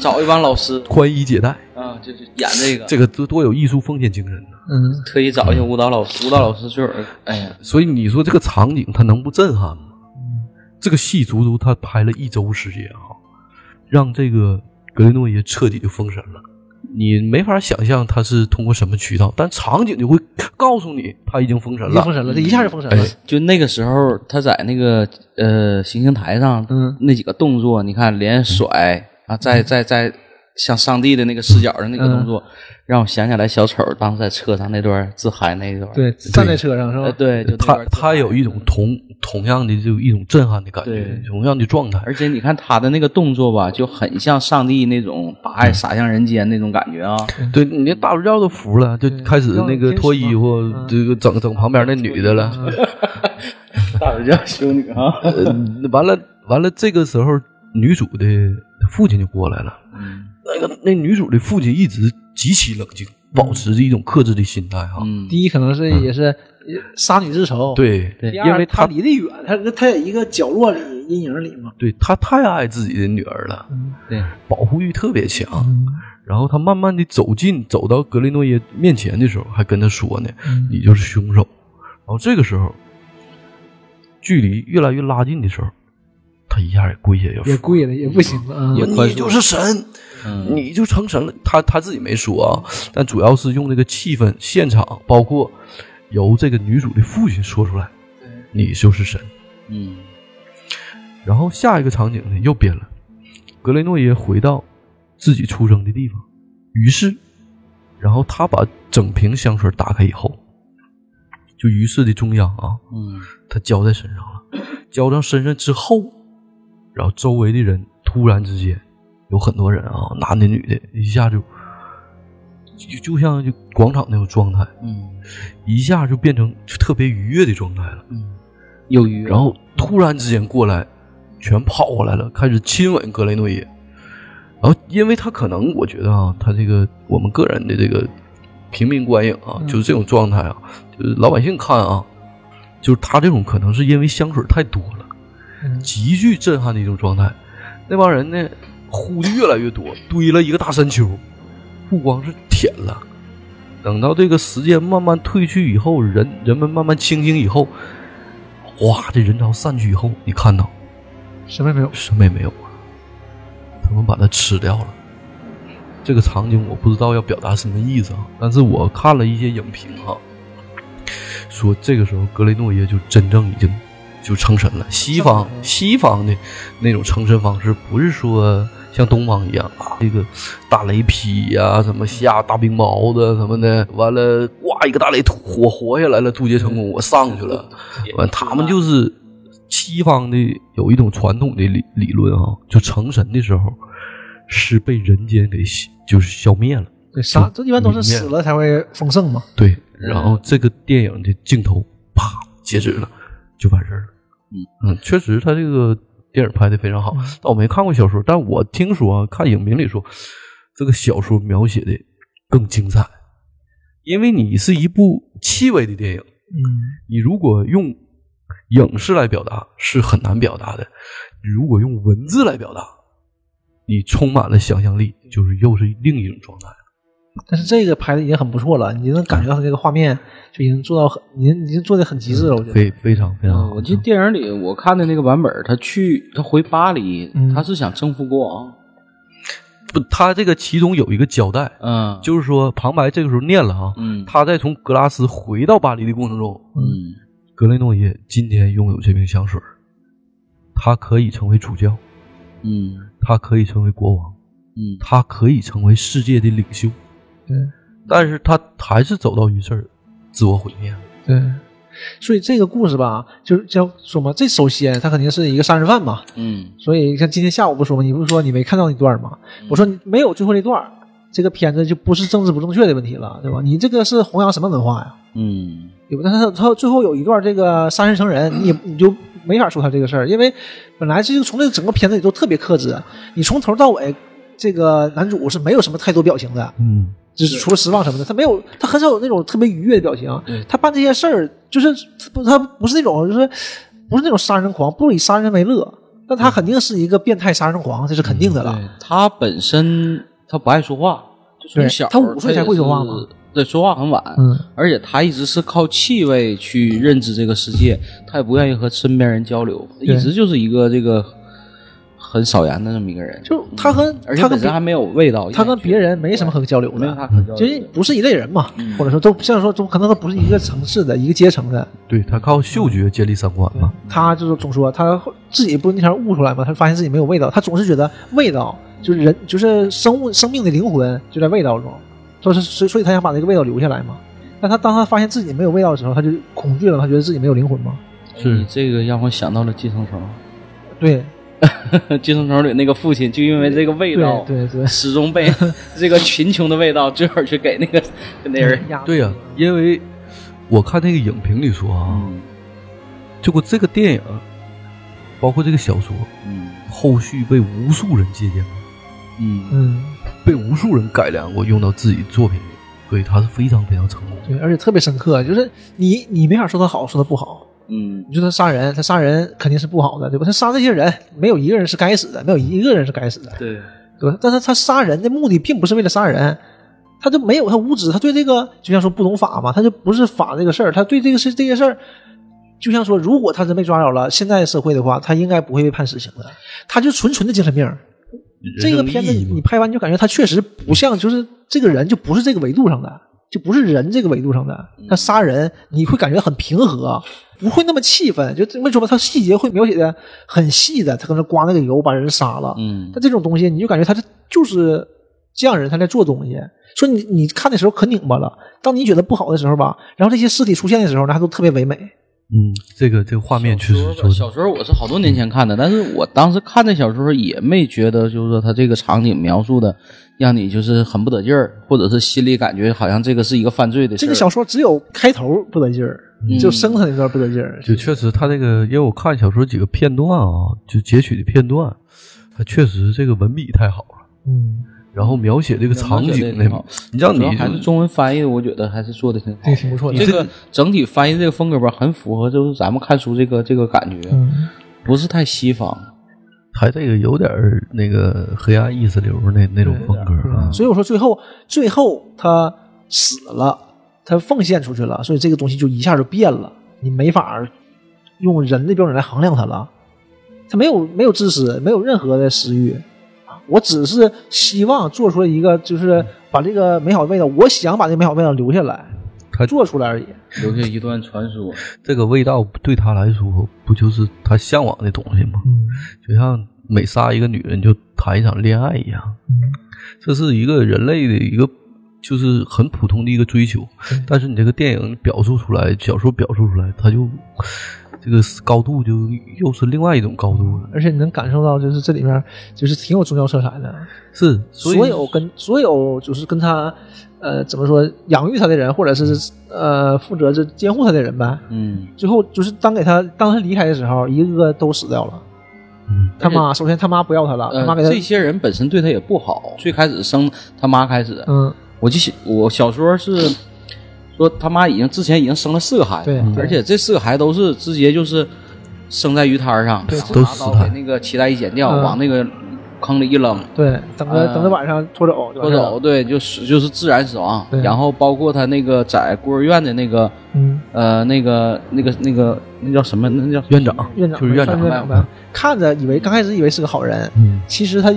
[SPEAKER 3] 找一帮老师
[SPEAKER 2] 宽衣解带，
[SPEAKER 3] 啊，就是演这个，
[SPEAKER 2] 这个多多有艺术风险精神呢。
[SPEAKER 4] 嗯，
[SPEAKER 3] 特意找一些舞蹈老师，舞蹈老师就是，哎呀，
[SPEAKER 2] 所以你说这个场景它能不震撼吗？这个戏足足他拍了一周时间哈、让这个格雷诺耶彻底就封神了。你没法想象他是通过什么渠道，但场景就会告诉你他已经封神
[SPEAKER 4] 嗯已经
[SPEAKER 2] 了
[SPEAKER 4] 封。神了，这一下就封
[SPEAKER 2] 哎
[SPEAKER 4] 神了，
[SPEAKER 3] 就那个时候他在那个呃行刑台上，
[SPEAKER 4] 嗯
[SPEAKER 3] 那几个动作，你看连甩啊，再再再像上帝的那个视角的那个动作，让我想起来小丑当时在车上那段自嗨那一段，
[SPEAKER 4] 对，站在车上是
[SPEAKER 3] 呃，
[SPEAKER 2] 哎
[SPEAKER 4] 吧？
[SPEAKER 3] 对，就那
[SPEAKER 2] 他
[SPEAKER 3] 段自嗨
[SPEAKER 2] 他有一种同同样的就一种震撼的感觉
[SPEAKER 3] 对，
[SPEAKER 2] 同样的状态。
[SPEAKER 3] 而且你看他的那个动作吧，就很像上帝那种把爱洒向人间那种感觉啊。
[SPEAKER 2] 对，你那大主教都服了，就开始那个脱衣服
[SPEAKER 4] 天使嘛，
[SPEAKER 2] 这个整整旁边那女的了。
[SPEAKER 3] (laughs) 大主教修女啊，
[SPEAKER 2] 呃，完了完了，这个时候女主的父亲就过来了。
[SPEAKER 3] 嗯
[SPEAKER 2] 那个那女主的父亲一直极其冷静，保持着一种克制的心态啊哈。
[SPEAKER 3] 嗯，
[SPEAKER 4] 第一可能是也是杀女之仇，，
[SPEAKER 2] 对，
[SPEAKER 4] 第
[SPEAKER 2] 因
[SPEAKER 4] 二
[SPEAKER 2] 为
[SPEAKER 4] 他
[SPEAKER 2] 他
[SPEAKER 4] 离得远，他他在一个角落里阴影里嘛，
[SPEAKER 2] 对他太爱自己的女儿了，
[SPEAKER 3] 对，
[SPEAKER 2] 保护欲特别强。然后他慢慢的走近，走到格雷诺耶面前的时候，还跟他说呢：“
[SPEAKER 4] 嗯
[SPEAKER 2] 你就是凶手。”然后这个时候，距离越来越拉近的时候，他一下也跪下要
[SPEAKER 4] 也
[SPEAKER 2] 服
[SPEAKER 4] 跪了，也不行了啊，
[SPEAKER 2] 说
[SPEAKER 3] 宽
[SPEAKER 2] 你
[SPEAKER 3] 恕
[SPEAKER 2] 就是神，
[SPEAKER 3] 嗯
[SPEAKER 2] 你就成神了。他他自己没说啊，但主要是用这个气氛、现场，包括由这个女主的父亲说出来，你就是神。
[SPEAKER 3] 嗯，
[SPEAKER 2] 然后下一个场景呢又变了，格雷诺耶回到自己出生的地方，于是，然后他把整瓶香水打开以后，就于是的中央啊，
[SPEAKER 3] 嗯，
[SPEAKER 2] 他浇在身上了，浇上身上之后，然后周围的人突然之间有很多人啊，男的女的，一下就就就像就广场那种状态，
[SPEAKER 3] 嗯，
[SPEAKER 2] 一下就变成就特别愉悦的状态了。
[SPEAKER 3] 有余。
[SPEAKER 2] 然后突然之间过来，全跑过来了，开始亲吻格雷诺耶。然后，因为他可能我觉得啊，他这个我们个人的这个平民观影啊，
[SPEAKER 4] 嗯
[SPEAKER 2] 就是这种状态啊，就是老百姓看啊，就是他这种可能是因为香水太多了，
[SPEAKER 4] 嗯
[SPEAKER 2] 极具震撼的一种状态。那帮人呢，呼的越来越多，堆了一个大山丘，不光是舔了。等到这个时间慢慢退去以后，人人们慢慢清醒以后，哗，这人潮散去以后，你看到
[SPEAKER 4] 什么也没有，
[SPEAKER 2] 什么也没有了，他们把它吃掉了。这个场景我不知道要表达什么意思啊，但是我看了一些影评哈、说这个时候格雷诺耶就真正已经就成神了。西方西方的那种成神方式，不是说像东方一样啊，这个大雷劈呀、什么下大冰雹子什么的，完了哇一个大雷突我活下来了，渡劫成功，我上去了。完，他们就是西方的有一种传统的理理论啊，就成神的时候是被人间给消就是消灭了。
[SPEAKER 4] 对，杀这一般都是死了才会丰盛嘛，
[SPEAKER 2] 对，然后这个电影嗯的镜头啪截止了，就完事儿了。嗯确实，他这个电影拍的非常好，但我没看过小说，但我听说啊看影评里说，这个小说描写的更精彩，因为你是一部七维的电影，
[SPEAKER 4] 嗯，
[SPEAKER 2] 你如果用影视来表达是很难表达的，你如果用文字来表达，你充满了想象力，就是又是另一种状态。
[SPEAKER 4] 但是这个拍的已经很不错了，你能感觉到它这个画面就已经做到很，已经已经做的很极致了，我觉得。
[SPEAKER 2] 非非常
[SPEAKER 4] 啊
[SPEAKER 2] 非常好。
[SPEAKER 3] 嗯我记得
[SPEAKER 4] 嗯
[SPEAKER 3] 电影里我看的那个版本，他去他回巴黎
[SPEAKER 4] 嗯，
[SPEAKER 3] 他是想征服国王。
[SPEAKER 2] 不，他这个其中有一个交代，
[SPEAKER 3] 嗯，
[SPEAKER 2] 就是说旁白这个时候念了啊，
[SPEAKER 3] 嗯
[SPEAKER 2] 他在从格拉斯回到巴黎的过程中，
[SPEAKER 3] 嗯
[SPEAKER 2] 格雷诺耶今天拥有这瓶香水儿，他可以成为主教，
[SPEAKER 3] 嗯
[SPEAKER 2] 他可以成为国王，
[SPEAKER 3] 嗯
[SPEAKER 2] 他可以成为世界的领袖，
[SPEAKER 4] 对
[SPEAKER 2] 但是他还是走到一事儿，自我毁灭。
[SPEAKER 4] 对，所以这个故事吧，就是叫说嘛，这首先他肯定是一个杀人犯嘛，
[SPEAKER 3] 嗯
[SPEAKER 4] 所以像今天下午不说吗？你不是说你没看到那段吗？我说你没有最后那段儿，这个片子就不是政治不正确的问题了，对吧？你这个是弘扬什么文化呀？
[SPEAKER 3] 嗯
[SPEAKER 4] 对吧？但是他最后有一段这个杀人成
[SPEAKER 3] (clears throat)
[SPEAKER 4] 人，你也你就没法说他这个事儿，因为本来这就从这整个片子里都特别克制，啊你从头到尾，这个男主是没有什么太多表情的，
[SPEAKER 2] 嗯，
[SPEAKER 4] 就是除了失望什么的，他没有，他很少有那种特别愉悦的表情。啊他办这些事儿，就是他不他不是那种，就是不是那种杀人狂，不以杀人为乐。但他肯定是一个变态杀人狂，这是肯定的了。
[SPEAKER 3] 嗯对他本身他不爱说话，就
[SPEAKER 4] 对
[SPEAKER 3] 从小
[SPEAKER 4] 他五岁才会说话吗？
[SPEAKER 3] 对，说话很晚。
[SPEAKER 4] 嗯，
[SPEAKER 3] 而且他一直是靠气味去认知这个世界，他也不愿意和身边人交流，一直就是一个这个很少言的这么一个人。
[SPEAKER 4] 就他和他
[SPEAKER 3] 而
[SPEAKER 4] 跟
[SPEAKER 3] 且本身
[SPEAKER 4] 别
[SPEAKER 3] 还没有味道，
[SPEAKER 4] 他跟别人嗯没什么可交流
[SPEAKER 3] 没有
[SPEAKER 4] 的，
[SPEAKER 3] 他可交流的
[SPEAKER 4] 就是不是一类人嘛，或者说都像说都可能都不是一个城市的一个阶层的。
[SPEAKER 2] 对他靠嗅觉建立三观嘛。
[SPEAKER 4] 他就是总说他自己不是那条悟出来嘛，他发现自己没有味道，他总是觉得味道就是人就是生物生命的灵魂就在味道中，所以所以所以他想把这个味道留下来嘛。但他当他发现自己没有味道的时候，他就恐惧了，他觉得自己没有灵魂嘛。
[SPEAKER 2] 是
[SPEAKER 3] 你这个让我想到了《寄生虫，《
[SPEAKER 4] 对》
[SPEAKER 3] (laughs) 寄生虫》里那个父亲就因为这个味道，
[SPEAKER 4] 对对对
[SPEAKER 3] 始终
[SPEAKER 4] (laughs)
[SPEAKER 3] 被这个贫穷的味道，最后去给那个
[SPEAKER 4] 嗯
[SPEAKER 3] 给那 (laughs) 人。
[SPEAKER 4] 呀
[SPEAKER 2] 对呀、因为我看那个影评里说啊，
[SPEAKER 3] 嗯
[SPEAKER 2] 结果这个电影，包括这个小说，
[SPEAKER 3] 嗯
[SPEAKER 2] 后续被无数人借鉴过。
[SPEAKER 3] 嗯
[SPEAKER 4] 嗯，
[SPEAKER 2] 被无数人改良过，用到自己作品里，所以他是非常非常成功的。
[SPEAKER 4] 对，而且特别深刻，就是你你没法说他好，说他不好。
[SPEAKER 3] 嗯，
[SPEAKER 4] 你说他杀人，他杀人肯定是不好的，对吧？他杀这些人，没有一个人是该死的，没有一个人是该死的。
[SPEAKER 3] 对，
[SPEAKER 4] 对吧？但是他杀人的目的并不是为了杀人，他就没有他无知，他对这个就像说不懂法嘛，他就不是法这个事儿，他对这个事这些事儿，就像说如果他真被抓着了，现在社会的话，他应该不会被判死刑的，他就纯纯的精神病儿。这个片子
[SPEAKER 2] 人生意义嘛
[SPEAKER 4] 你拍完你就感觉他确实不像，就是这个人就不是这个维度上的，就不是人这个维度上的。
[SPEAKER 2] 嗯
[SPEAKER 4] 他杀人你会感觉很平和，不会那么气愤。就为什么他细节会描写的很细的，他可能刮那个油把人杀了，
[SPEAKER 3] 嗯
[SPEAKER 4] 但这种东西，你就感觉他这就是匠人他在做东西。说你你看的时候可拧巴了，当你觉得不好的时候吧，然后这些尸体出现的时候呢，还都特别唯美。
[SPEAKER 2] 嗯，这个这个画面确实
[SPEAKER 3] 小
[SPEAKER 2] 说
[SPEAKER 3] 时候吧小时候我是好多年前看的，但是我当时看这小说也没觉得，就是说他这个场景描述的，让你就是很不得劲儿，或者是心里感觉好像这个是一个犯罪的事
[SPEAKER 4] 这
[SPEAKER 3] 儿。
[SPEAKER 4] 个小说只有开头不得劲儿，就生他那段不得劲儿。
[SPEAKER 2] 嗯就确实他这个，因为我看小说几个片段啊，就截取的片段，他确实这个文笔太好了，
[SPEAKER 4] 嗯，
[SPEAKER 2] 然后描写这个场景
[SPEAKER 3] 描写得也挺
[SPEAKER 2] 呢
[SPEAKER 3] 好，
[SPEAKER 2] 你让
[SPEAKER 3] 主要
[SPEAKER 2] 你
[SPEAKER 3] 还是中文翻译，我觉得还是做的挺好。
[SPEAKER 4] 这个挺不错的。
[SPEAKER 3] 这个整体翻译这个风格吧，很符合就是咱们看书这个这个感觉，
[SPEAKER 4] 嗯，
[SPEAKER 3] 不是太
[SPEAKER 4] (laughs)
[SPEAKER 3] 西方。
[SPEAKER 2] 他这个有点儿那个黑暗意识流那那种风格啊。
[SPEAKER 4] 所以我说最后最后他死了，他奉献出去了，所以这个东西就一下就变了，你没法用人的标准来衡量他了。他没有没有自私，没有任何的私欲，啊我只是希望做出了一个，就是把这个美好的味道，我想把这个美好的味道留下来，
[SPEAKER 2] 他
[SPEAKER 4] 做出来而已。
[SPEAKER 3] 留下一段传说，
[SPEAKER 2] 这个味道对他来说，不就是他向往的东西吗？
[SPEAKER 4] 嗯，
[SPEAKER 2] 就像每杀一个女人就谈一场恋爱一样，这是一个人类的一个就是很普通的一个追求。但是你这个电影表述出来，小说表述出来，它就这个高度就又是另外一种高度了。
[SPEAKER 4] 而且你能感受到，就是这里面就是挺有宗教色彩的。
[SPEAKER 2] 是，所以
[SPEAKER 4] 所有跟所有就是跟他，呃，怎么说养育他的人，或者是呃负责这监护他的人呗，
[SPEAKER 3] 嗯
[SPEAKER 4] 最后就是当给他当他离开的时候，一个个都死掉了，
[SPEAKER 2] 嗯，
[SPEAKER 4] 他妈，首先他妈不要他了，啊他妈给
[SPEAKER 3] 呃，
[SPEAKER 4] 他，
[SPEAKER 3] 这些人本身对他也不好，最开始生他妈开始，
[SPEAKER 4] 嗯，
[SPEAKER 3] 我就想我小时候是说他妈已经之前已经生了四个孩子，
[SPEAKER 4] 对，
[SPEAKER 2] 嗯
[SPEAKER 4] 对
[SPEAKER 3] 而且这四个孩子都是直接就是生在鱼摊上，
[SPEAKER 4] 对
[SPEAKER 3] 然后
[SPEAKER 2] 都
[SPEAKER 3] 拿
[SPEAKER 2] 死
[SPEAKER 3] 刀
[SPEAKER 2] 他
[SPEAKER 3] 给那个脐带一剪掉，
[SPEAKER 4] 嗯
[SPEAKER 3] 往那个坑里一扔，
[SPEAKER 4] 对，等着
[SPEAKER 3] 呃
[SPEAKER 4] 等着晚上拖走，
[SPEAKER 3] 拖走，，对，就是就是自然死亡
[SPEAKER 4] 对。
[SPEAKER 3] 然后包括他那个在孤儿院的那个
[SPEAKER 4] 嗯，
[SPEAKER 3] 呃那个那个那个那叫什么？那叫
[SPEAKER 2] 院长
[SPEAKER 4] 院长
[SPEAKER 2] 就是院
[SPEAKER 4] 算
[SPEAKER 2] 长
[SPEAKER 4] 是，院长呗，看着以为刚开始以为是个好人，
[SPEAKER 2] 嗯，
[SPEAKER 4] 其实他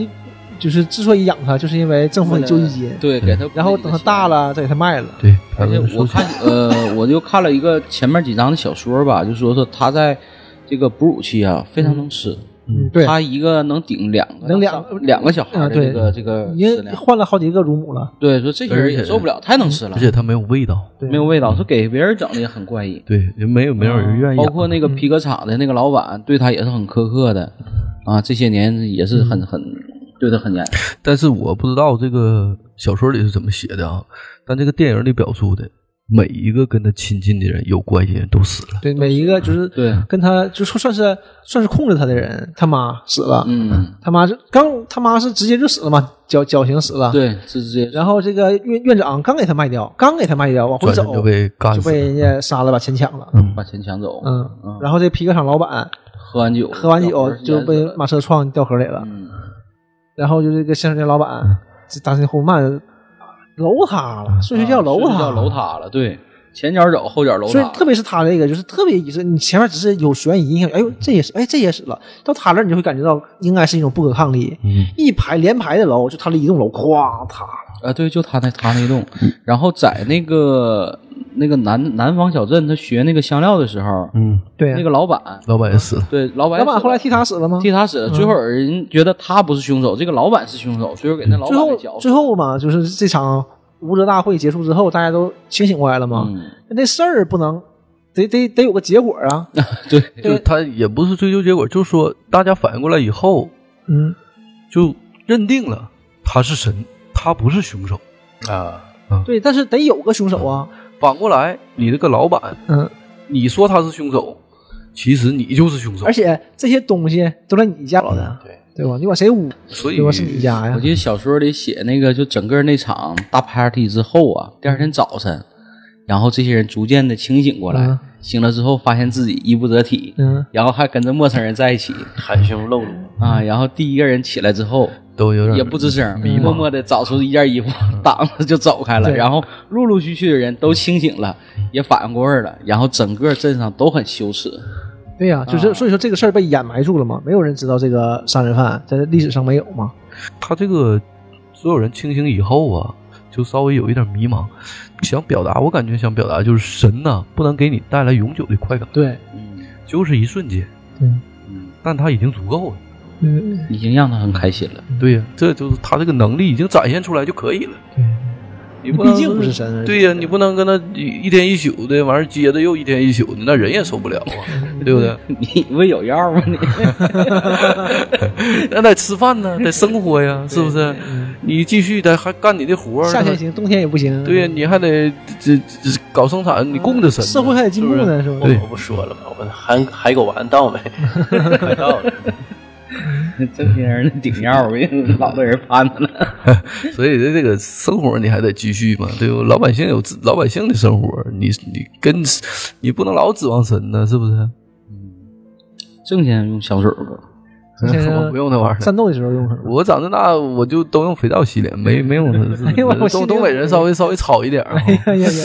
[SPEAKER 4] 就是之所以养他，就是因为政府给救济金，
[SPEAKER 3] 对，给他。
[SPEAKER 4] 然后等他大，了再给他卖了，
[SPEAKER 2] 对，
[SPEAKER 3] 而
[SPEAKER 4] 嗯
[SPEAKER 3] 且
[SPEAKER 2] 收
[SPEAKER 3] 我
[SPEAKER 2] 起来
[SPEAKER 3] 看呃，我就看了一个前面几章的小说吧，就说说他在这个哺乳期啊非常能吃，
[SPEAKER 4] 嗯，对，
[SPEAKER 3] 他一个能顶两个
[SPEAKER 4] 能两
[SPEAKER 3] 上两个小孩
[SPEAKER 4] 啊
[SPEAKER 3] 的
[SPEAKER 4] 对
[SPEAKER 3] 这个这个
[SPEAKER 4] 已
[SPEAKER 3] 食
[SPEAKER 4] 经
[SPEAKER 3] 量。
[SPEAKER 4] 换了好几个乳母了，
[SPEAKER 3] 对，说这些人
[SPEAKER 2] 而
[SPEAKER 3] 也
[SPEAKER 2] 且
[SPEAKER 3] 受不了，太能吃了
[SPEAKER 2] 而，且它没有味道，
[SPEAKER 4] 对，
[SPEAKER 3] 没有味道，是给别人整的也很怪异。
[SPEAKER 2] 对，也没有没有
[SPEAKER 4] 哎
[SPEAKER 2] 人愿意养。
[SPEAKER 3] 啊包括
[SPEAKER 4] 嗯
[SPEAKER 3] 那个皮革厂的那个老板对他也是很苛刻的，啊，这些年也是
[SPEAKER 4] 嗯
[SPEAKER 3] 很很对他很严。
[SPEAKER 2] 但是我不知道这个小说里是怎么写的啊，但这个电影里表述的，每一个跟他亲近的人、有关系的人都死了。
[SPEAKER 4] 对，每一个就是 (laughs)
[SPEAKER 3] 对
[SPEAKER 4] 跟他就说算是算是控制他的人，他妈死了，
[SPEAKER 3] 嗯，
[SPEAKER 4] 他妈是刚他妈是直接就死了嘛，绞绞刑死了，
[SPEAKER 3] 对，是直接
[SPEAKER 4] 然后这个院院长刚给他卖掉，刚给他卖掉，往回
[SPEAKER 2] 转身
[SPEAKER 4] 走
[SPEAKER 2] 就被干
[SPEAKER 4] 就
[SPEAKER 2] 死
[SPEAKER 4] 被
[SPEAKER 2] 了。
[SPEAKER 4] 人家杀了，把钱抢了。
[SPEAKER 3] 把钱抢走，
[SPEAKER 4] 嗯，然后这皮革厂老板
[SPEAKER 3] 喝完酒，
[SPEAKER 4] 喝完酒
[SPEAKER 3] 然后
[SPEAKER 4] 就被马车撞掉河里了，
[SPEAKER 3] 嗯，
[SPEAKER 4] 然后就这个香水店老板
[SPEAKER 2] 嗯
[SPEAKER 4] 这大声呼慢楼塌了，啊睡睡觉楼
[SPEAKER 3] 睡
[SPEAKER 4] 塌，
[SPEAKER 3] 觉楼。塌了，对，前脚走，后脚楼
[SPEAKER 4] 所以
[SPEAKER 3] 塌，
[SPEAKER 4] 特别是他这个就是特别仪式，你前面只是有悬疑，你看，哎呦这也是，哎这也死了，到他这儿你就会感觉到应该是一种不可抗力，
[SPEAKER 2] 嗯，
[SPEAKER 4] 一排连排的楼，就他这一栋楼咵塌了，
[SPEAKER 3] 啊，对，就他那他那一栋，然后在那个那个南南方小镇，他学那个香料的时候，
[SPEAKER 2] 嗯，
[SPEAKER 4] 对
[SPEAKER 3] 那个老板，
[SPEAKER 2] 老板也死了。
[SPEAKER 3] 对，老板
[SPEAKER 4] 老板后来
[SPEAKER 3] 替。
[SPEAKER 4] 替他死了吗？
[SPEAKER 3] 替他死了，最后人觉得他不是凶手，这个老板是凶手，最后给那老
[SPEAKER 4] 最
[SPEAKER 3] 板
[SPEAKER 4] 后
[SPEAKER 3] 给绞死
[SPEAKER 4] 最
[SPEAKER 3] 了。
[SPEAKER 4] 后嘛，就是这场无责大会结束之后，大家都清醒过来了嘛。
[SPEAKER 3] 嗯，
[SPEAKER 4] 那事儿不能得得得有个结果
[SPEAKER 3] (laughs)
[SPEAKER 4] 啊。
[SPEAKER 3] 对，
[SPEAKER 2] 就是他也不是追究结果，就是说大家反应过来以后，
[SPEAKER 4] 嗯，
[SPEAKER 2] 就认定了他是神，他不是凶手。
[SPEAKER 1] 啊，
[SPEAKER 4] 对，但是得有个凶手啊。
[SPEAKER 2] 反过来，你这个老板，
[SPEAKER 4] 嗯，
[SPEAKER 2] 你说他是凶手，其实你就是凶手
[SPEAKER 4] 而。且这些东西都在你家搞的，
[SPEAKER 1] 对，
[SPEAKER 4] 对吧？你管谁捂？
[SPEAKER 2] 所以
[SPEAKER 4] 对吧？是你家呀
[SPEAKER 3] 我。记得小说里写那个，就整个那场大 party 之后啊，第二天早晨，然后这些人逐渐的清醒过来，
[SPEAKER 4] 嗯
[SPEAKER 3] 醒了之后发现自己衣不遮体，
[SPEAKER 4] 嗯，
[SPEAKER 3] 然后还跟着陌生人在一起
[SPEAKER 1] 含胸露乳，
[SPEAKER 3] 啊。然后第一个人起来之后
[SPEAKER 2] 都有点
[SPEAKER 3] 也不吱声，
[SPEAKER 4] 迷茫
[SPEAKER 3] 默默的找出一件衣服挡着就走开了。
[SPEAKER 4] 对嗯
[SPEAKER 3] 然后陆陆续续的人都清醒了，也反应过味儿了，然后整个镇上都很羞耻。
[SPEAKER 4] 对呀、就是所以说这个事儿被掩埋住了嘛，没有人知道这个杀人犯在历史上没有嘛。
[SPEAKER 2] 他这个所有人清醒以后啊，就稍微有一点迷茫，想表达，我感觉想表达就是神呐、不能给你带来永久的快感，
[SPEAKER 4] 对，
[SPEAKER 3] 嗯
[SPEAKER 2] 就是一瞬间，
[SPEAKER 4] 对，
[SPEAKER 3] 嗯，
[SPEAKER 2] 但他已经足够了。
[SPEAKER 4] 嗯，
[SPEAKER 3] 已经让他很开心了。 (laughs)
[SPEAKER 2] 对呀、这就是他这个能力已经展现出来就可以了。
[SPEAKER 4] 对，
[SPEAKER 2] 你不能
[SPEAKER 4] 毕竟不是神
[SPEAKER 2] 对呀、你不能跟他一天一宿的，完事儿接着又一天一宿的，那人也受不了啊，
[SPEAKER 4] 嗯
[SPEAKER 2] 对不对？
[SPEAKER 4] (laughs)
[SPEAKER 3] 你不有药吗？你 (laughs)
[SPEAKER 2] 那得吃饭呢，得生活呀，是不是？你继续得还干你的活儿，
[SPEAKER 4] 夏天行，冬天也不行。
[SPEAKER 2] 对呀、你还得这这这搞生产，你供着神呢，
[SPEAKER 4] 嗯社会还得进步呢，啊是不
[SPEAKER 1] 我
[SPEAKER 4] 是？
[SPEAKER 2] 对
[SPEAKER 1] 我不说了吧，我们海海狗丸到没？ (laughs) 快到了，
[SPEAKER 3] 这些人顶药，我老多人盼他
[SPEAKER 4] (laughs)
[SPEAKER 3] 了。
[SPEAKER 2] 所以这这个生活你还得继续嘛，对不？老百姓有自老百姓的生活，你你跟你不能老指望神呢，是不是？
[SPEAKER 3] 郑先生用小水不？
[SPEAKER 4] 现在
[SPEAKER 2] (laughs) 我不用那玩意
[SPEAKER 4] (laughs)
[SPEAKER 2] 儿。
[SPEAKER 4] 战斗的时候用什么？
[SPEAKER 2] 我长这么大，我就都用肥皂洗脸，没没用
[SPEAKER 4] (laughs) 哎呦我心
[SPEAKER 2] 东
[SPEAKER 4] 里
[SPEAKER 2] 东北人稍微稍微糙一点
[SPEAKER 4] (laughs)
[SPEAKER 2] 儿啊，
[SPEAKER 4] 哎呀呀呀！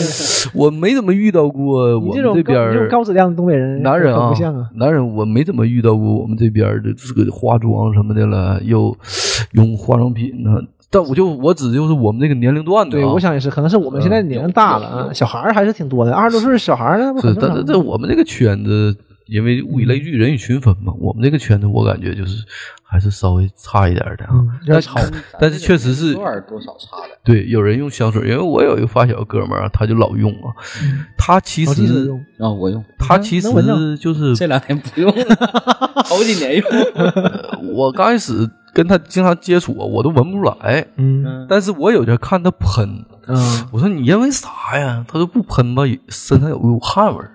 [SPEAKER 2] 我没怎么遇到过
[SPEAKER 4] 你
[SPEAKER 2] 我
[SPEAKER 4] 这
[SPEAKER 2] 们
[SPEAKER 4] 种
[SPEAKER 2] 边
[SPEAKER 4] 高你这种
[SPEAKER 2] 儿
[SPEAKER 4] 高质量的东北人，
[SPEAKER 2] 男人
[SPEAKER 4] 可
[SPEAKER 2] 啊
[SPEAKER 4] 不像啊，，
[SPEAKER 2] 男人我没怎么遇到过我们这边儿的这个化妆什么的了，又用化妆品呢。但我就我指的就是我们这个年龄段的啊，
[SPEAKER 4] 对，我想也是，可能是我们现在年龄大了啊，小孩儿还是挺多的，二十多岁小孩儿那不
[SPEAKER 2] 是
[SPEAKER 4] 很，
[SPEAKER 2] 但
[SPEAKER 4] 正
[SPEAKER 2] 是
[SPEAKER 4] 常
[SPEAKER 2] 在我们这个圈子，因为物以类聚，人以群分嘛，我们这个圈子我感觉就是还是稍微差一点儿的啊。
[SPEAKER 4] 嗯有点吵，
[SPEAKER 2] 但是确实是
[SPEAKER 3] 多少多少差的。
[SPEAKER 2] 对，有人用香水，因为我有一个发小哥们儿啊，他就老用啊，他其
[SPEAKER 4] 嗯哦老记者
[SPEAKER 2] 实
[SPEAKER 4] 用
[SPEAKER 3] 啊，我用
[SPEAKER 4] 嗯
[SPEAKER 2] 他其
[SPEAKER 4] 能闻
[SPEAKER 2] 实
[SPEAKER 4] 着
[SPEAKER 2] 就是
[SPEAKER 3] 这两天不
[SPEAKER 4] (laughs)
[SPEAKER 3] 用了，头几年用。
[SPEAKER 2] 我刚开始跟他经常接触啊，我都闻不出来，
[SPEAKER 4] 嗯
[SPEAKER 2] 但是我有天看他喷，
[SPEAKER 4] 嗯，
[SPEAKER 2] 我说你因为啥呀？他说不喷吧，身上有股汗味儿。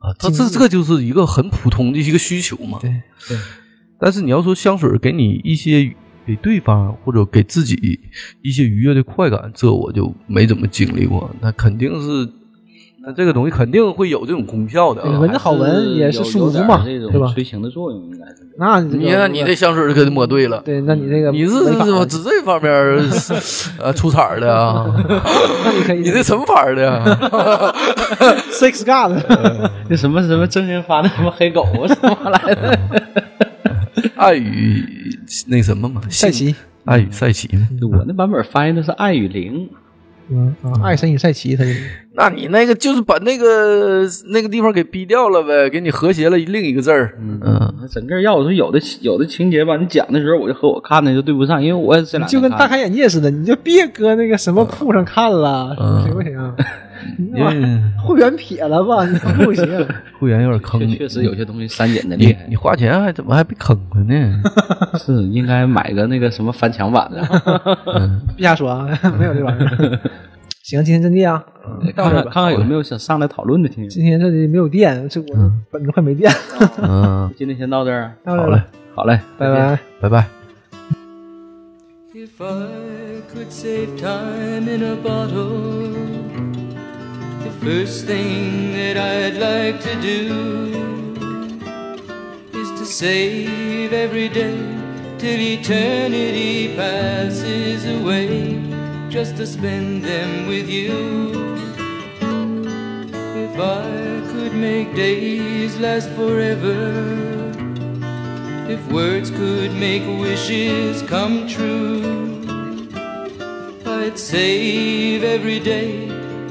[SPEAKER 2] 啊，他这这就是一个很普通的一个需求嘛。
[SPEAKER 4] 对
[SPEAKER 3] 对。
[SPEAKER 2] 但是你要说香水给你一些给对方或者给自己一些愉悦的快感，这我就没怎么经历过。那肯定是，那这个东西肯定会有这种功效的啊。
[SPEAKER 4] 对闻着好闻也是舒服嘛
[SPEAKER 3] 这
[SPEAKER 4] 对
[SPEAKER 3] 种
[SPEAKER 4] 吧
[SPEAKER 3] 催情的作用应该是。
[SPEAKER 4] 那你这个
[SPEAKER 2] 你看你这香水可抹对了。
[SPEAKER 4] 对，那你这个
[SPEAKER 2] 你是
[SPEAKER 4] 没法
[SPEAKER 2] 怎么
[SPEAKER 4] (laughs) 了
[SPEAKER 2] 只这方面儿 (laughs) 呃出彩儿的啊？
[SPEAKER 4] 那你可以
[SPEAKER 2] 你这什么牌儿的呀？
[SPEAKER 4] (laughs) Six (laughs) God，
[SPEAKER 3] (laughs) 那什么什么真人发的什么黑狗啊什么来的？
[SPEAKER 2] 爱与那什么嘛？
[SPEAKER 4] 赛嗯奇，
[SPEAKER 2] 爱与赛奇嘛？
[SPEAKER 3] (laughs) 我那版本翻译的是爱与灵，
[SPEAKER 4] 嗯啊，爱神与赛奇，他就是
[SPEAKER 2] 那你那个就是把那个那个地方给逼掉了呗，给你和谐了另一个字儿。嗯，
[SPEAKER 3] 整个要我说有的有的情节吧，你讲的时候我就和我看的就对不上，因为我也是这两
[SPEAKER 4] 就
[SPEAKER 3] 天
[SPEAKER 4] 跟
[SPEAKER 3] 看
[SPEAKER 4] 大
[SPEAKER 3] 的
[SPEAKER 4] 开眼界似的，你就别搁那个什么铺上看了，
[SPEAKER 2] 嗯
[SPEAKER 4] (laughs) 行不行？
[SPEAKER 2] 因为
[SPEAKER 4] 会员撇了 (laughs) 吧，你不行。
[SPEAKER 2] (laughs) 会员有点坑
[SPEAKER 3] 确
[SPEAKER 2] 你，
[SPEAKER 3] 确实有些东西删减的厉
[SPEAKER 2] 你
[SPEAKER 3] 害
[SPEAKER 2] 你，花钱还怎么还被坑了
[SPEAKER 4] (laughs)
[SPEAKER 2] 呢？
[SPEAKER 3] 是应该买个那个什么翻墙版 (laughs) 的，
[SPEAKER 4] 别瞎说啊， (laughs) 没有这玩意儿。行，今天真这啊，
[SPEAKER 3] 看看看看有没有想上来讨论的听
[SPEAKER 4] 今
[SPEAKER 3] 友。
[SPEAKER 4] 天这里没有电，这我本子快没电了。
[SPEAKER 2] 嗯，
[SPEAKER 3] (laughs) 今天先到这儿，
[SPEAKER 4] 到这儿
[SPEAKER 2] 好嘞
[SPEAKER 4] 了，
[SPEAKER 3] 好嘞，
[SPEAKER 4] 拜拜。
[SPEAKER 2] 拜拜。
[SPEAKER 5] If I could save time in a bottle, the first thing that I'd like to do is to save every day till eternity passes away, just to spend them with you. If I could make days last forever, if words could make wishes come true, I'd save every day